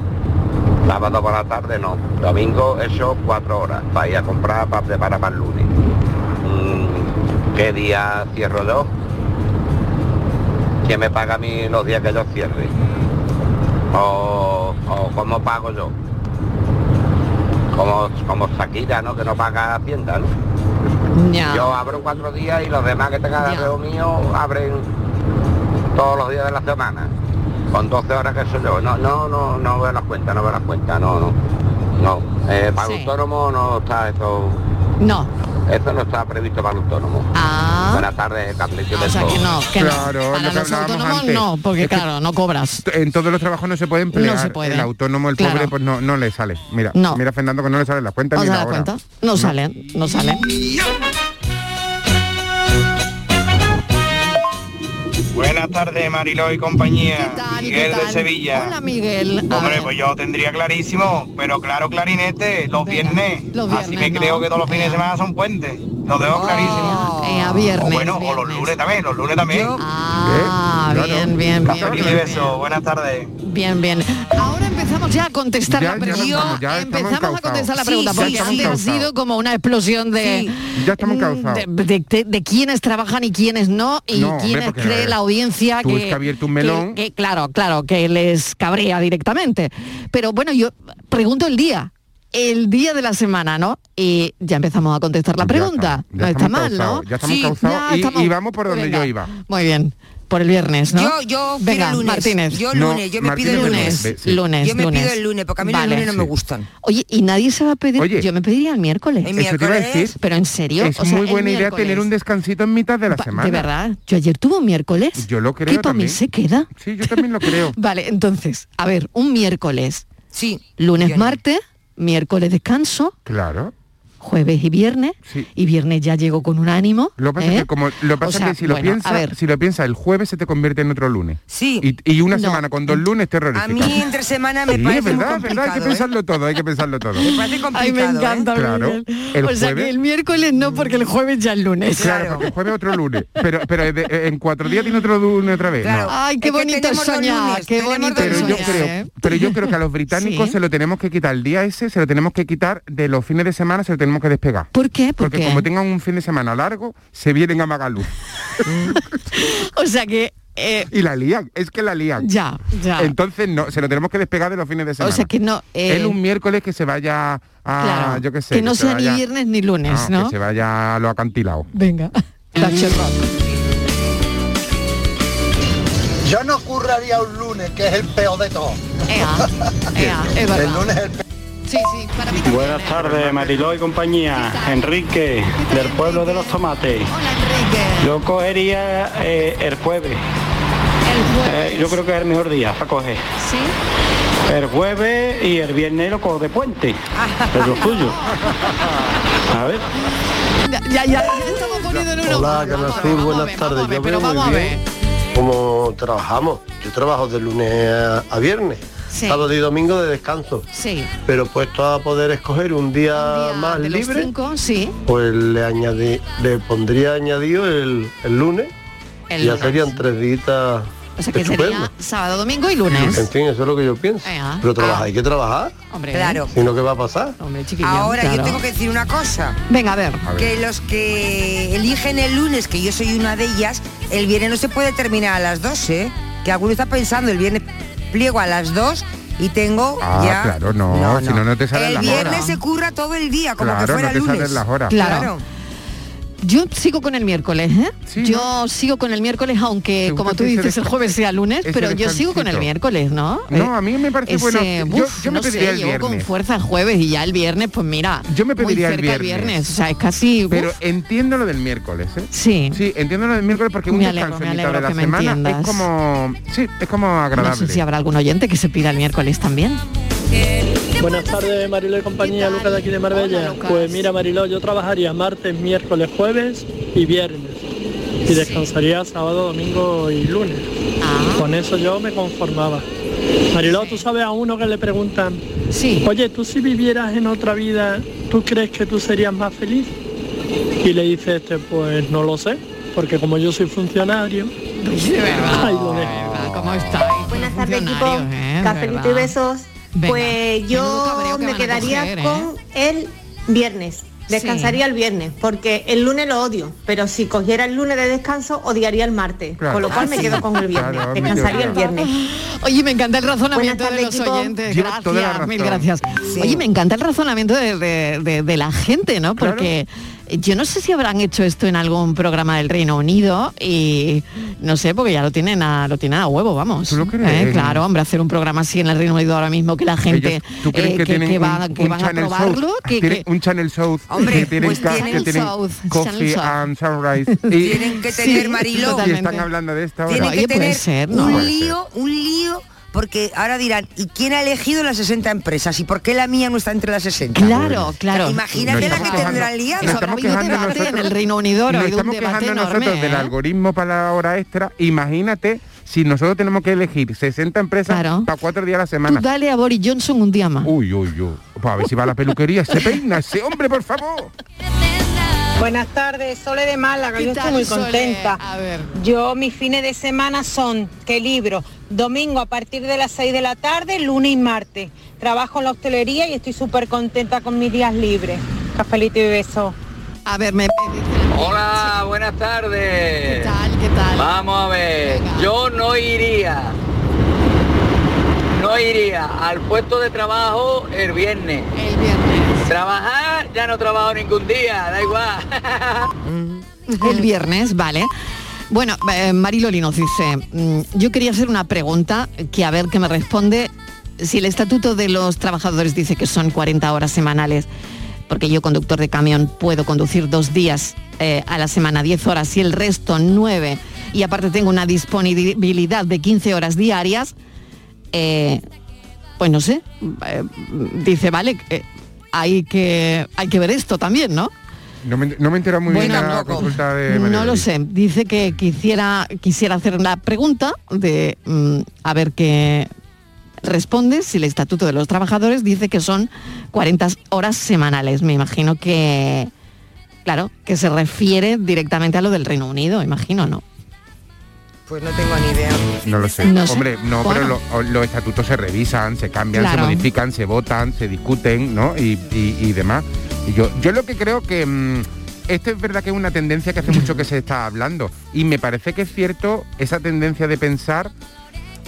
Speaker 13: Sábado por la tarde no, domingo he hecho 4 horas para ir a comprar, para preparar para el lunes. Mm, ¿Qué día cierro yo? ¿Quién me paga a mí los días que yo cierre? ¿O, o cómo pago yo? Como, como Shakira, ¿no? Que no paga Hacienda, ¿no?
Speaker 4: Ya.
Speaker 13: Yo abro cuatro días y los demás que tengan alrededor mío abren todos los días de la semana. Con 12 horas que soy yo. No, no, no, no veo las cuentas, no veo las cuentas, no, no. No. Eh, para el autónomo no está eso.
Speaker 4: No.
Speaker 13: Eso no está previsto para el autónomo.
Speaker 4: Ah.
Speaker 13: Buenas tardes, Carlito.
Speaker 4: O sea que no, que no.
Speaker 5: Claro,
Speaker 4: Para
Speaker 5: lo que
Speaker 4: los
Speaker 5: hablábamos
Speaker 4: autónomos
Speaker 5: antes.
Speaker 4: no, porque
Speaker 5: Es que
Speaker 4: claro, no cobras.
Speaker 5: En todos los trabajos no se puede emplear.
Speaker 4: No se puede.
Speaker 5: El autónomo, el
Speaker 4: Claro.
Speaker 5: pobre, pues no, no le sale. Mira,
Speaker 4: No.
Speaker 5: mira Fernando que no le sale la cuenta
Speaker 4: ¿Os
Speaker 5: ni
Speaker 4: da
Speaker 5: la
Speaker 4: la
Speaker 5: hora.
Speaker 4: cuenta? No, salen, no salen.
Speaker 14: Buenas tardes, Mariló y compañía. Miguel de Sevilla.
Speaker 4: Hola Miguel. Ah. A
Speaker 14: Hombre,
Speaker 4: ver,
Speaker 14: pues yo tendría clarísimo, pero claro, clarinete, los viernes.
Speaker 4: los
Speaker 14: Así me
Speaker 4: viernes,
Speaker 14: creo que todos los fines de semana son puentes. Lo dejo clarísimo.
Speaker 4: eh, a viernes.
Speaker 14: O bueno, o los lunes también, los lunes también.
Speaker 5: ¿Eh?
Speaker 4: Ah, bien, bien, bien,
Speaker 14: Cafelito y
Speaker 4: bien,
Speaker 14: beso, buenas tardes.
Speaker 4: bien, bien. Ahora empezamos ya a contestar
Speaker 14: Ya,
Speaker 4: la
Speaker 14: ya
Speaker 4: pregunta.
Speaker 14: estamos, ya estamos
Speaker 4: empezamos a
Speaker 14: encauzados.
Speaker 4: contestar la
Speaker 14: Sí,
Speaker 4: pregunta,
Speaker 14: sí,
Speaker 4: porque
Speaker 14: ya
Speaker 4: antes ha
Speaker 14: estamos
Speaker 4: sido como una explosión de,
Speaker 5: Ya estamos
Speaker 4: Mm, de,
Speaker 5: causados.
Speaker 4: de- de- de quiénes trabajan y quiénes no, y
Speaker 5: No, hombre,
Speaker 4: quiénes
Speaker 5: porque,
Speaker 4: cree
Speaker 5: eh,
Speaker 4: la audiencia
Speaker 5: tú
Speaker 4: que,
Speaker 5: es que ha abierto un melón.
Speaker 4: que- que, claro, claro, que les cabrea directamente. Pero bueno, yo pregunto el día. El día de la semana, ¿no? Y ya empezamos a contestar la pregunta.
Speaker 5: Ya
Speaker 4: no está
Speaker 5: estamos
Speaker 4: mal,
Speaker 5: causados,
Speaker 4: ¿no?
Speaker 5: Ya estamos
Speaker 4: Sí,
Speaker 5: causados
Speaker 4: ya
Speaker 5: y-
Speaker 4: estamos-
Speaker 5: y, vamos por donde
Speaker 4: Venga.
Speaker 5: yo iba.
Speaker 4: Muy bien. Por el viernes, ¿no?
Speaker 6: Yo, yo quiero
Speaker 4: Venga,
Speaker 6: el lunes.
Speaker 4: Martínez.
Speaker 6: Yo el No, lunes, yo me pido el
Speaker 4: lunes. Lunes,
Speaker 6: Martínez lunes. sí.
Speaker 4: lunes.
Speaker 6: Yo me pido el lunes, porque a mí los lunes no me Sí. gustan.
Speaker 4: Oye, y nadie se va a pedir.
Speaker 5: Oye.
Speaker 4: yo me pediría el miércoles.
Speaker 5: El Eso te iba a miércoles. decir.
Speaker 4: Pero en serio.
Speaker 5: Es
Speaker 4: o sea,
Speaker 5: muy
Speaker 4: el
Speaker 5: buena idea
Speaker 4: miércoles.
Speaker 5: tener un descansito en mitad de la semana.
Speaker 4: De verdad. Yo ayer tuve un miércoles.
Speaker 5: Yo lo creo
Speaker 4: Que para mí
Speaker 5: también.
Speaker 4: se queda.
Speaker 5: Sí, yo también lo creo.
Speaker 4: Vale, entonces, a ver, un miércoles.
Speaker 6: Sí.
Speaker 4: Lunes, martes, miércoles descanso,
Speaker 5: Claro.
Speaker 4: jueves y viernes.
Speaker 5: Sí.
Speaker 4: Y viernes ya llego con un ánimo.
Speaker 5: Lo pasa
Speaker 4: ¿eh?
Speaker 5: que como lo
Speaker 4: O
Speaker 5: pasa
Speaker 4: sea,
Speaker 5: que si lo
Speaker 4: bueno,
Speaker 5: piensa,
Speaker 4: a ver.
Speaker 5: si lo piensa el jueves se te convierte en otro lunes.
Speaker 6: Sí.
Speaker 5: Y, y una semana con dos lunes terrorífica.
Speaker 6: A mí entre semana me
Speaker 5: Sí,
Speaker 6: parece
Speaker 5: es
Speaker 6: muy
Speaker 5: verdad, es verdad, hay que
Speaker 6: complicado, ¿eh?
Speaker 5: pensarlo todo, hay que pensarlo todo.
Speaker 6: Me parece
Speaker 4: Ay, me
Speaker 6: complicado.
Speaker 4: encanta.
Speaker 5: ¿eh? Claro,
Speaker 4: Miguel.
Speaker 5: el
Speaker 4: o sea, que
Speaker 5: jueves-
Speaker 4: el miércoles no, porque el jueves ya es lunes.
Speaker 5: Claro, porque el jueves otro lunes, pero pero de- eh, en cuatro días tiene otro lunes otra vez. No.
Speaker 4: Ay, qué bonito es soñar, qué bonito es
Speaker 5: pero yo
Speaker 4: soñar.
Speaker 5: creo pero yo creo que a los británicos
Speaker 4: Sí.
Speaker 5: se lo tenemos que quitar el día ese se lo tenemos que quitar de los fines de semana se lo tenemos que despegar
Speaker 4: ¿Por qué? ¿Por
Speaker 5: porque
Speaker 4: qué?
Speaker 5: como tengan un fin de semana largo se vienen a Magalú
Speaker 4: O sea que eh,
Speaker 5: y la lían es que la lían
Speaker 4: ya ya
Speaker 5: entonces no se lo tenemos que despegar de los fines de
Speaker 4: o
Speaker 5: semana
Speaker 4: sea que no eh,
Speaker 5: él un miércoles que se vaya a
Speaker 4: claro,
Speaker 5: yo qué sé
Speaker 4: que no
Speaker 5: se
Speaker 4: sea ni
Speaker 5: vaya-
Speaker 4: viernes ni lunes,
Speaker 5: No,
Speaker 4: ¿no?
Speaker 5: Ah, que se vaya a lo acantilado
Speaker 4: Venga. Thatcher Rock.
Speaker 12: Yo no curraría un lunes, que es el peor de todo.
Speaker 4: Ea, es verdad.
Speaker 12: el lunes es el
Speaker 4: Sí, sí, para mí
Speaker 15: Buenas tardes, Mariló y compañía. Enrique, del pueblo de los tomates. Yo cogería eh, el jueves. Eh, yo creo que es el mejor día para coger. El jueves y el viernes lo cojo de puente. Es lo suyo. A ver.
Speaker 4: Ya, ya, ya, ya estamos poniendo en uno.
Speaker 16: Hola, Canal Sur, buenas tardes.
Speaker 4: ver,
Speaker 16: Yo
Speaker 4: pero
Speaker 16: veo muy
Speaker 4: vamos a
Speaker 16: bien cómo trabajamos. Yo trabajo de lunes a, a viernes, sábado y domingo de descanso.
Speaker 4: Sí.
Speaker 16: Pero puesto a poder escoger un día, más
Speaker 4: de los
Speaker 16: libre,
Speaker 4: cinco, sí.
Speaker 16: pues le añadí, le pondría añadido el, el lunes
Speaker 4: El
Speaker 16: y ya
Speaker 4: lunes.
Speaker 16: serían tres días.
Speaker 4: O sea que sería sábado, domingo y lunes.
Speaker 16: En fin, eso es lo que yo pienso.
Speaker 4: Ea. Ah.
Speaker 16: Pero trabajar, hay que trabajar.
Speaker 4: Hombre.
Speaker 6: Claro.
Speaker 16: Si no, ¿qué va a pasar?
Speaker 6: Ahora yo
Speaker 16: claro.
Speaker 6: tengo que decir una cosa.
Speaker 4: Venga, a ver.
Speaker 6: Que los que eligen el lunes, que yo soy una de ellas, el viernes no se puede terminar a las 12. ¿eh? Que alguno está pensando, el viernes pliego a las 2 y tengo
Speaker 5: ah
Speaker 6: ya...
Speaker 5: claro no, si no no te sale
Speaker 6: El
Speaker 5: la
Speaker 6: viernes se curra todo el día, como
Speaker 5: Claro,
Speaker 6: que fuera
Speaker 5: no te
Speaker 6: lunes.
Speaker 5: salen las horas.
Speaker 4: Claro. Yo sigo con el miércoles, ¿eh? yo sigo con el miércoles, aunque como tú
Speaker 5: ese
Speaker 4: dices el
Speaker 5: desca-
Speaker 4: jueves sea lunes,
Speaker 5: ese
Speaker 4: pero yo sigo con el
Speaker 5: descansito?
Speaker 4: miércoles, ¿no?
Speaker 5: No,
Speaker 4: Eh,
Speaker 5: a mí me parece bueno. Yo-
Speaker 4: uf,
Speaker 5: yo me
Speaker 4: no sé,
Speaker 5: pediría el
Speaker 4: llego con
Speaker 5: viernes.
Speaker 4: fuerza el jueves y ya el viernes, pues mira, yo me
Speaker 5: pediría
Speaker 4: muy
Speaker 5: el
Speaker 4: cerca el
Speaker 5: viernes.
Speaker 4: viernes, o sea, es casi. uf.
Speaker 5: Pero entiendo lo del miércoles, ¿eh?
Speaker 4: Sí.
Speaker 5: Sí, entiendo lo del miércoles porque un
Speaker 4: Me alegro,
Speaker 5: descanso
Speaker 4: me
Speaker 5: en mitad
Speaker 4: alegro
Speaker 5: de la
Speaker 4: que me
Speaker 5: semana
Speaker 4: entiendas.
Speaker 5: es como... Sí, es como
Speaker 4: no
Speaker 5: agradable.
Speaker 4: sé si habrá algún oyente que se pida el miércoles también.
Speaker 17: Buenas tardes, Mariló y compañía, Lucas de aquí de Marbella. pues mira, Mariló, yo trabajaría martes, miércoles, jueves y viernes. Y descansaría sábado, domingo y lunes. Con eso yo me conformaba. Mariló, tú sabes a uno que le preguntan, oye, tú si vivieras en otra vida, ¿tú crees que tú serías más feliz? Y le dice este, pues no lo sé, porque como yo soy funcionario... Ahí lo dejo.
Speaker 18: Buenas tardes, equipo.
Speaker 17: eh,
Speaker 18: Cafelito
Speaker 17: verdad.
Speaker 18: y besos. Pues yo me quedaría
Speaker 4: coger, ¿eh?
Speaker 18: con el viernes. Descansaría el viernes, porque el lunes lo odio, pero si cogiera el lunes de descanso, odiaría el martes.
Speaker 4: Claro.
Speaker 18: Con lo cual
Speaker 4: Ah,
Speaker 18: me
Speaker 4: sí.
Speaker 18: quedo con el viernes.
Speaker 4: Claro, mi
Speaker 18: Descansaría el
Speaker 4: teoría.
Speaker 18: viernes.
Speaker 4: Oye, me encanta el razonamiento
Speaker 18: Buenas
Speaker 4: de los
Speaker 18: tardes, equipo.
Speaker 4: oyentes.
Speaker 18: Lleva toda la
Speaker 4: Gracias,
Speaker 18: razón.
Speaker 4: mil gracias.
Speaker 18: Sí.
Speaker 4: Oye, me encanta el razonamiento de, de- de- de la gente, ¿no? Porque yo no sé si habrán hecho esto en algún programa del Reino Unido y no sé, porque ya lo tienen a, lo tienen a huevo, vamos. ¿Eh? Claro, hombre, hacer un programa así en el Reino Unido ahora mismo que la gente
Speaker 5: Ellos- ¿Tú crees
Speaker 4: eh,
Speaker 5: que, tienen un-
Speaker 4: van, que
Speaker 5: un
Speaker 4: van a
Speaker 5: Channel
Speaker 4: probarlo,
Speaker 5: South?
Speaker 4: que-
Speaker 5: Tienen
Speaker 4: que-
Speaker 5: un Channel South que tienen, ca- que
Speaker 4: Channel
Speaker 5: tienen
Speaker 4: South, Channel
Speaker 5: Coffee
Speaker 4: South.
Speaker 5: and Sunrise. Y,
Speaker 6: Tienen que tener, Mariló.
Speaker 5: Y
Speaker 6: Totalmente.
Speaker 5: están hablando de esta
Speaker 6: Tienen
Speaker 5: ahora.
Speaker 6: que tener un lío, un lío, porque ahora dirán, ¿y quién ha elegido las 60 empresas? ¿Y por qué la mía no está entre las 60?
Speaker 4: Claro, claro.
Speaker 6: O sea, Imagínate la que tendrán liada.
Speaker 4: Eso, habrá habido debate en el Reino Unido, habrá
Speaker 5: Nos
Speaker 4: habido un
Speaker 5: estamos
Speaker 4: debate
Speaker 5: quejando
Speaker 4: enorme.
Speaker 5: nosotros del
Speaker 4: ¿eh?
Speaker 5: algoritmo para la hora extra. Imagínate si nosotros tenemos que elegir 60 empresas para cuatro días a la semana.
Speaker 4: Tú dale a Boris Johnson un día más.
Speaker 5: Uy, uy, uy. Pues a ver si va a la peluquería. Se peina ese hombre, por favor.
Speaker 19: Buenas tardes, Sole de Málaga,
Speaker 4: ¿Qué
Speaker 19: yo
Speaker 4: tal,
Speaker 19: estoy muy
Speaker 4: Sole?
Speaker 19: contenta.
Speaker 4: A ver.
Speaker 19: Yo mis fines de semana son, ¿qué libro? Domingo a partir de las 6 de la tarde, lunes y martes. Trabajo en la hostelería y estoy súper contenta con mis días libres. Cafelito y beso.
Speaker 4: A ver, me...
Speaker 20: Hola, buenas tardes. ¿Qué
Speaker 4: tal? ¿Qué tal?
Speaker 20: Vamos a ver, yo no iría. No iría al puesto de trabajo el viernes.
Speaker 4: El viernes.
Speaker 20: Trabajar, ya no trabajo ningún día, da igual.
Speaker 4: El viernes, vale. Bueno, eh, Mariloli nos dice, mm, yo quería hacer una pregunta que a ver qué me responde. Si el estatuto de los trabajadores dice que son 40 horas semanales, porque yo conductor de camión puedo conducir dos días eh, a la semana, 10 horas y el resto 9, y aparte tengo una disponibilidad de 15 horas diarias, eh, pues no sé, eh, dice, vale, eh, hay, que, hay que ver esto también, ¿no?
Speaker 5: No me, no me he enterado muy bien de la consulta de
Speaker 4: No lo sé, dice que quisiera, quisiera hacer la pregunta de mm, a ver qué responde si el Estatuto de los Trabajadores dice que son 40 horas semanales. Me imagino que, claro, que se refiere directamente a lo del Reino Unido, imagino, ¿no?
Speaker 6: Pues no tengo ni idea.
Speaker 5: No lo sé.
Speaker 4: No sé.
Speaker 5: Hombre, no,
Speaker 4: Bueno.
Speaker 5: pero lo- los estatutos se revisan, se cambian,
Speaker 4: Claro.
Speaker 5: se modifican, se votan, se discuten, ¿no? Y, y- y demás. Y yo, yo lo que creo que... mm, esto es verdad que es una tendencia que hace mucho que se está hablando. Y me parece que es cierto esa tendencia de pensar...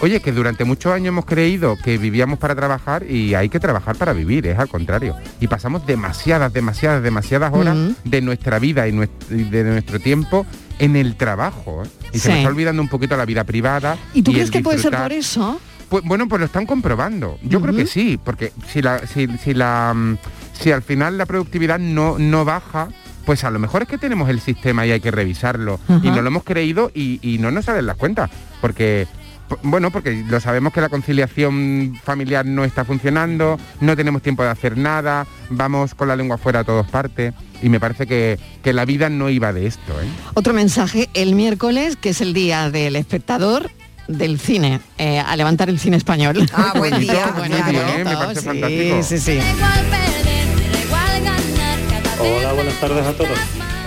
Speaker 5: Oye, que durante muchos años hemos creído que vivíamos para trabajar y hay que trabajar para vivir, es al contrario. Y pasamos demasiadas, demasiadas, demasiadas horas de nuestra vida y, nues- y de nuestro tiempo en el trabajo. ¿eh? Y
Speaker 4: Sí.
Speaker 5: se me está olvidando un poquito la vida privada.
Speaker 4: ¿Y tú
Speaker 5: el
Speaker 4: crees que puede ser
Speaker 5: disfrutar.
Speaker 4: por eso?
Speaker 5: Pues, bueno, pues lo están comprobando. Yo creo que sí, porque si la, si, si la mm, si al final la productividad no, no baja, pues a lo mejor es que tenemos el sistema y hay que revisarlo. Y no lo hemos creído y, y no nos salen las cuentas. Porque p- bueno, porque lo sabemos que la conciliación familiar no está funcionando, no tenemos tiempo de hacer nada, vamos con la lengua fuera a todas partes. Y me parece que, que la vida no iba de esto, ¿eh?
Speaker 4: Otro mensaje, el miércoles, que es el día del espectador del cine, eh, a levantar el cine español. Ah,
Speaker 5: buen día,
Speaker 4: bueno,
Speaker 5: muy bien,
Speaker 4: bonito,
Speaker 5: me parece
Speaker 4: sí,
Speaker 5: fantástico.
Speaker 4: Sí, sí.
Speaker 15: Hola, buenas tardes a todos.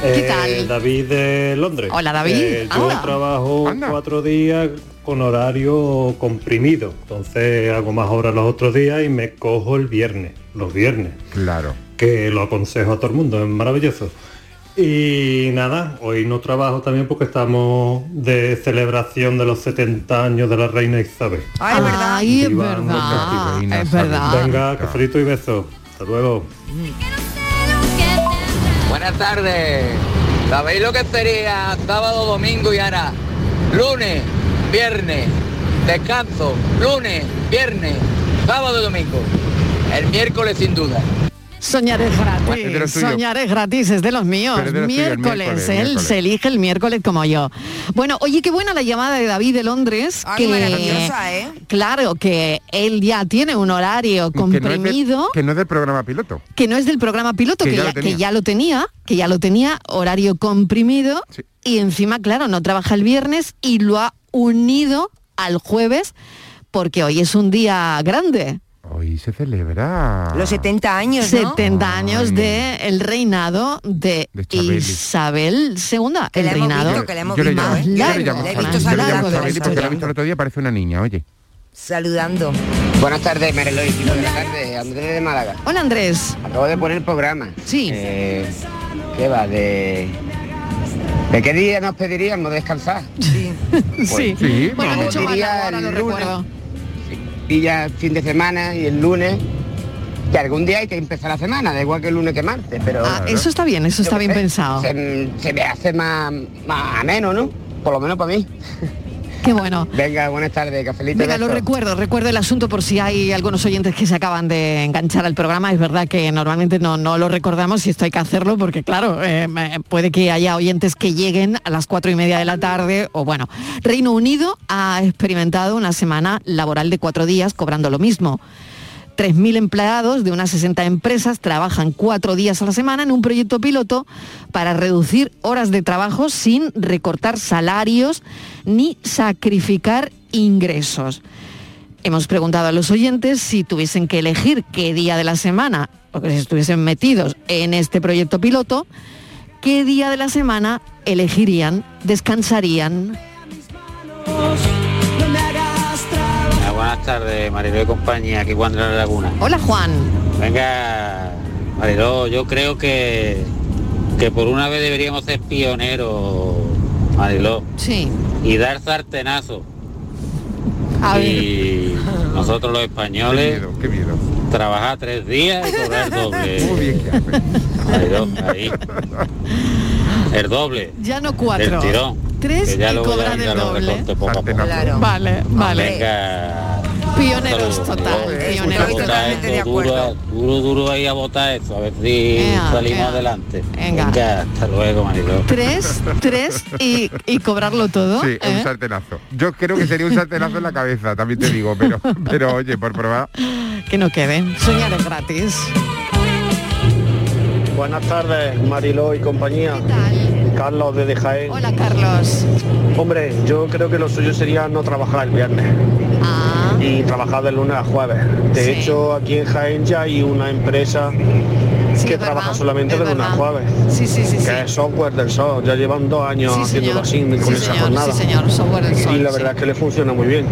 Speaker 4: ¿Qué
Speaker 15: Eh,
Speaker 4: tal?
Speaker 15: David de Londres.
Speaker 4: Hola, David. Ah.
Speaker 15: Eh, yo
Speaker 4: Anda.
Speaker 15: trabajo cuatro días con horario comprimido, entonces hago más horas los otros días y me cojo el viernes, los viernes.
Speaker 5: Claro.
Speaker 15: Que lo aconsejo a todo el mundo, es maravilloso. Y nada, hoy no trabajo también porque estamos de celebración de los 70 años de la reina Isabel.
Speaker 4: Ay, es verdad. Es verdad.
Speaker 15: Venga, cafelito y besos. Hasta luego.
Speaker 20: Buenas tardes. ¿Sabéis lo que sería sábado, domingo y ahora? Lunes, viernes, descanso, lunes, viernes, sábado y domingo. El miércoles sin duda.
Speaker 4: Soñar es
Speaker 20: Es de los
Speaker 4: gratis.
Speaker 20: tuyos.
Speaker 4: Soñar es gratis, es de los míos.
Speaker 20: este Pero es de los tuyos, el
Speaker 4: miércoles,
Speaker 20: miércoles,
Speaker 4: él
Speaker 20: miércoles.
Speaker 4: se elige el miércoles como yo. Bueno, oye, qué buena la llamada de David de Londres.
Speaker 6: Ay, maravillosa, ¿eh?
Speaker 4: Claro, que él ya tiene un horario
Speaker 5: Que no, es de-
Speaker 4: comprimido.
Speaker 5: que no es del programa piloto.
Speaker 4: que no es del programa piloto,
Speaker 5: Que
Speaker 4: que,
Speaker 5: ya
Speaker 4: ya,
Speaker 5: lo tenía.
Speaker 4: que ya lo tenía, que ya lo tenía, horario comprimido, y encima, claro, no trabaja el viernes y lo ha unido al jueves, porque hoy es un día grande.
Speaker 5: Hoy se celebra.
Speaker 4: 70 años, 70 años de el reinado de,
Speaker 5: Chabeli.
Speaker 4: Isabel II, el
Speaker 5: hemos
Speaker 4: reinado
Speaker 5: visto, que la hemos Yo le visto, llamo- ¿eh? yo le
Speaker 4: largo,
Speaker 5: llamo Isabel,
Speaker 4: más
Speaker 5: yo le llamo
Speaker 4: largo de la
Speaker 5: Isabel porque la he
Speaker 4: historia.
Speaker 5: visto el otro día, parece una niña, oye.
Speaker 6: Saludando.
Speaker 21: Buenas tardes, Marelo y equipo de la tarde. Andrés de Málaga.
Speaker 4: Hola Andrés.
Speaker 21: Acabo de poner el programa.
Speaker 4: Sí.
Speaker 21: Eh, ¿Qué va? De... ¿De qué día nos pediríamos descansar? Sí.
Speaker 4: Sí. Sí, Bueno, vamos. mucho más
Speaker 21: diría
Speaker 4: ahora
Speaker 21: el
Speaker 4: lo
Speaker 21: lunes,
Speaker 4: recuerdo.
Speaker 21: y ya fin de semana y el lunes, que algún día hay que empezar la semana, da igual que el lunes que martes, pero...
Speaker 4: Ah, eso está bien, eso
Speaker 21: Yo
Speaker 4: está
Speaker 21: qué
Speaker 4: bien
Speaker 21: sé,
Speaker 4: pensado.
Speaker 21: Se, se me hace más, más ameno, ¿no? Por lo menos para mí.
Speaker 4: Qué bueno.
Speaker 21: Venga, buenas tardes, cafelito. y
Speaker 4: Venga, lo
Speaker 21: besos.
Speaker 4: recuerdo, recuerdo el asunto por si hay algunos oyentes que se acaban de enganchar al programa. Es verdad que normalmente no, no lo recordamos y esto hay que hacerlo porque, claro, eh, me- puede que haya oyentes que lleguen a las cuatro y media de la tarde o bueno. Reino Unido ha experimentado una semana laboral de cuatro días cobrando lo mismo. 3.000 empleados de unas 60 empresas trabajan cuatro días a la semana en un proyecto piloto para reducir horas de trabajo sin recortar salarios ni sacrificar ingresos. Hemos preguntado a los oyentes si tuviesen que elegir qué día de la semana, o que estuviesen metidos en este proyecto piloto, qué día de la semana elegirían, descansarían.
Speaker 2: No me hagas trabajar.
Speaker 22: Ah, buenas tardes, Mariló y compañía, aquí Juan de la Laguna.
Speaker 4: Hola Juan.
Speaker 22: Venga, Mariló, yo creo que, que por una vez deberíamos ser pioneros, Mariló,
Speaker 4: Sí.
Speaker 22: y dar sartenazo.
Speaker 4: A
Speaker 22: y nosotros los españoles trabajar tres días y cobrar el doble. Mariló, ahí. El doble.
Speaker 4: Ya no cuatro.
Speaker 22: El tirón.
Speaker 4: Tres
Speaker 22: que ya
Speaker 4: y
Speaker 22: luego
Speaker 4: cobrar
Speaker 22: ya
Speaker 4: el
Speaker 22: los
Speaker 4: doble.
Speaker 22: recortes poco a poco.
Speaker 4: Vale, vale.
Speaker 22: Venga.
Speaker 4: Pioneros
Speaker 22: Saludos.
Speaker 4: total,
Speaker 22: Joder,
Speaker 4: pioneros
Speaker 22: a votar
Speaker 4: total.
Speaker 22: esto, Duro, duro, duro ahí a votar eso, a ver si
Speaker 4: Ea,
Speaker 22: salimos
Speaker 4: ea.
Speaker 22: adelante.
Speaker 4: Venga.
Speaker 22: hasta luego, Mariló.
Speaker 4: Tres, tres y, y cobrarlo todo.
Speaker 5: Sí,
Speaker 4: ¿eh?
Speaker 5: un sartenazo. Yo creo que sería un sartenazo en la cabeza, también te digo, pero, pero oye, por probar.
Speaker 4: Que no queden. Soñar es gratis.
Speaker 15: Buenas tardes, Mariló y compañía. Carlos desde Jaén.
Speaker 4: Hola, Carlos.
Speaker 15: Hombre, yo creo que lo suyo sería no trabajar el viernes.
Speaker 4: Ah.
Speaker 15: Y trabajar de lunes a jueves. De hecho, aquí en Jaén ya hay una empresa que trabaja solamente de lunes a jueves.
Speaker 4: Sí, sí, sí.
Speaker 15: Que es software del sol. Ya llevan dos años
Speaker 4: Sí,
Speaker 15: haciéndolo así
Speaker 4: señor.
Speaker 15: con
Speaker 4: Sí,
Speaker 15: esa
Speaker 4: señor,
Speaker 15: jornada.
Speaker 4: sí, señor. Software del sol,
Speaker 15: y la
Speaker 4: sí.
Speaker 15: verdad es que le funciona muy bien.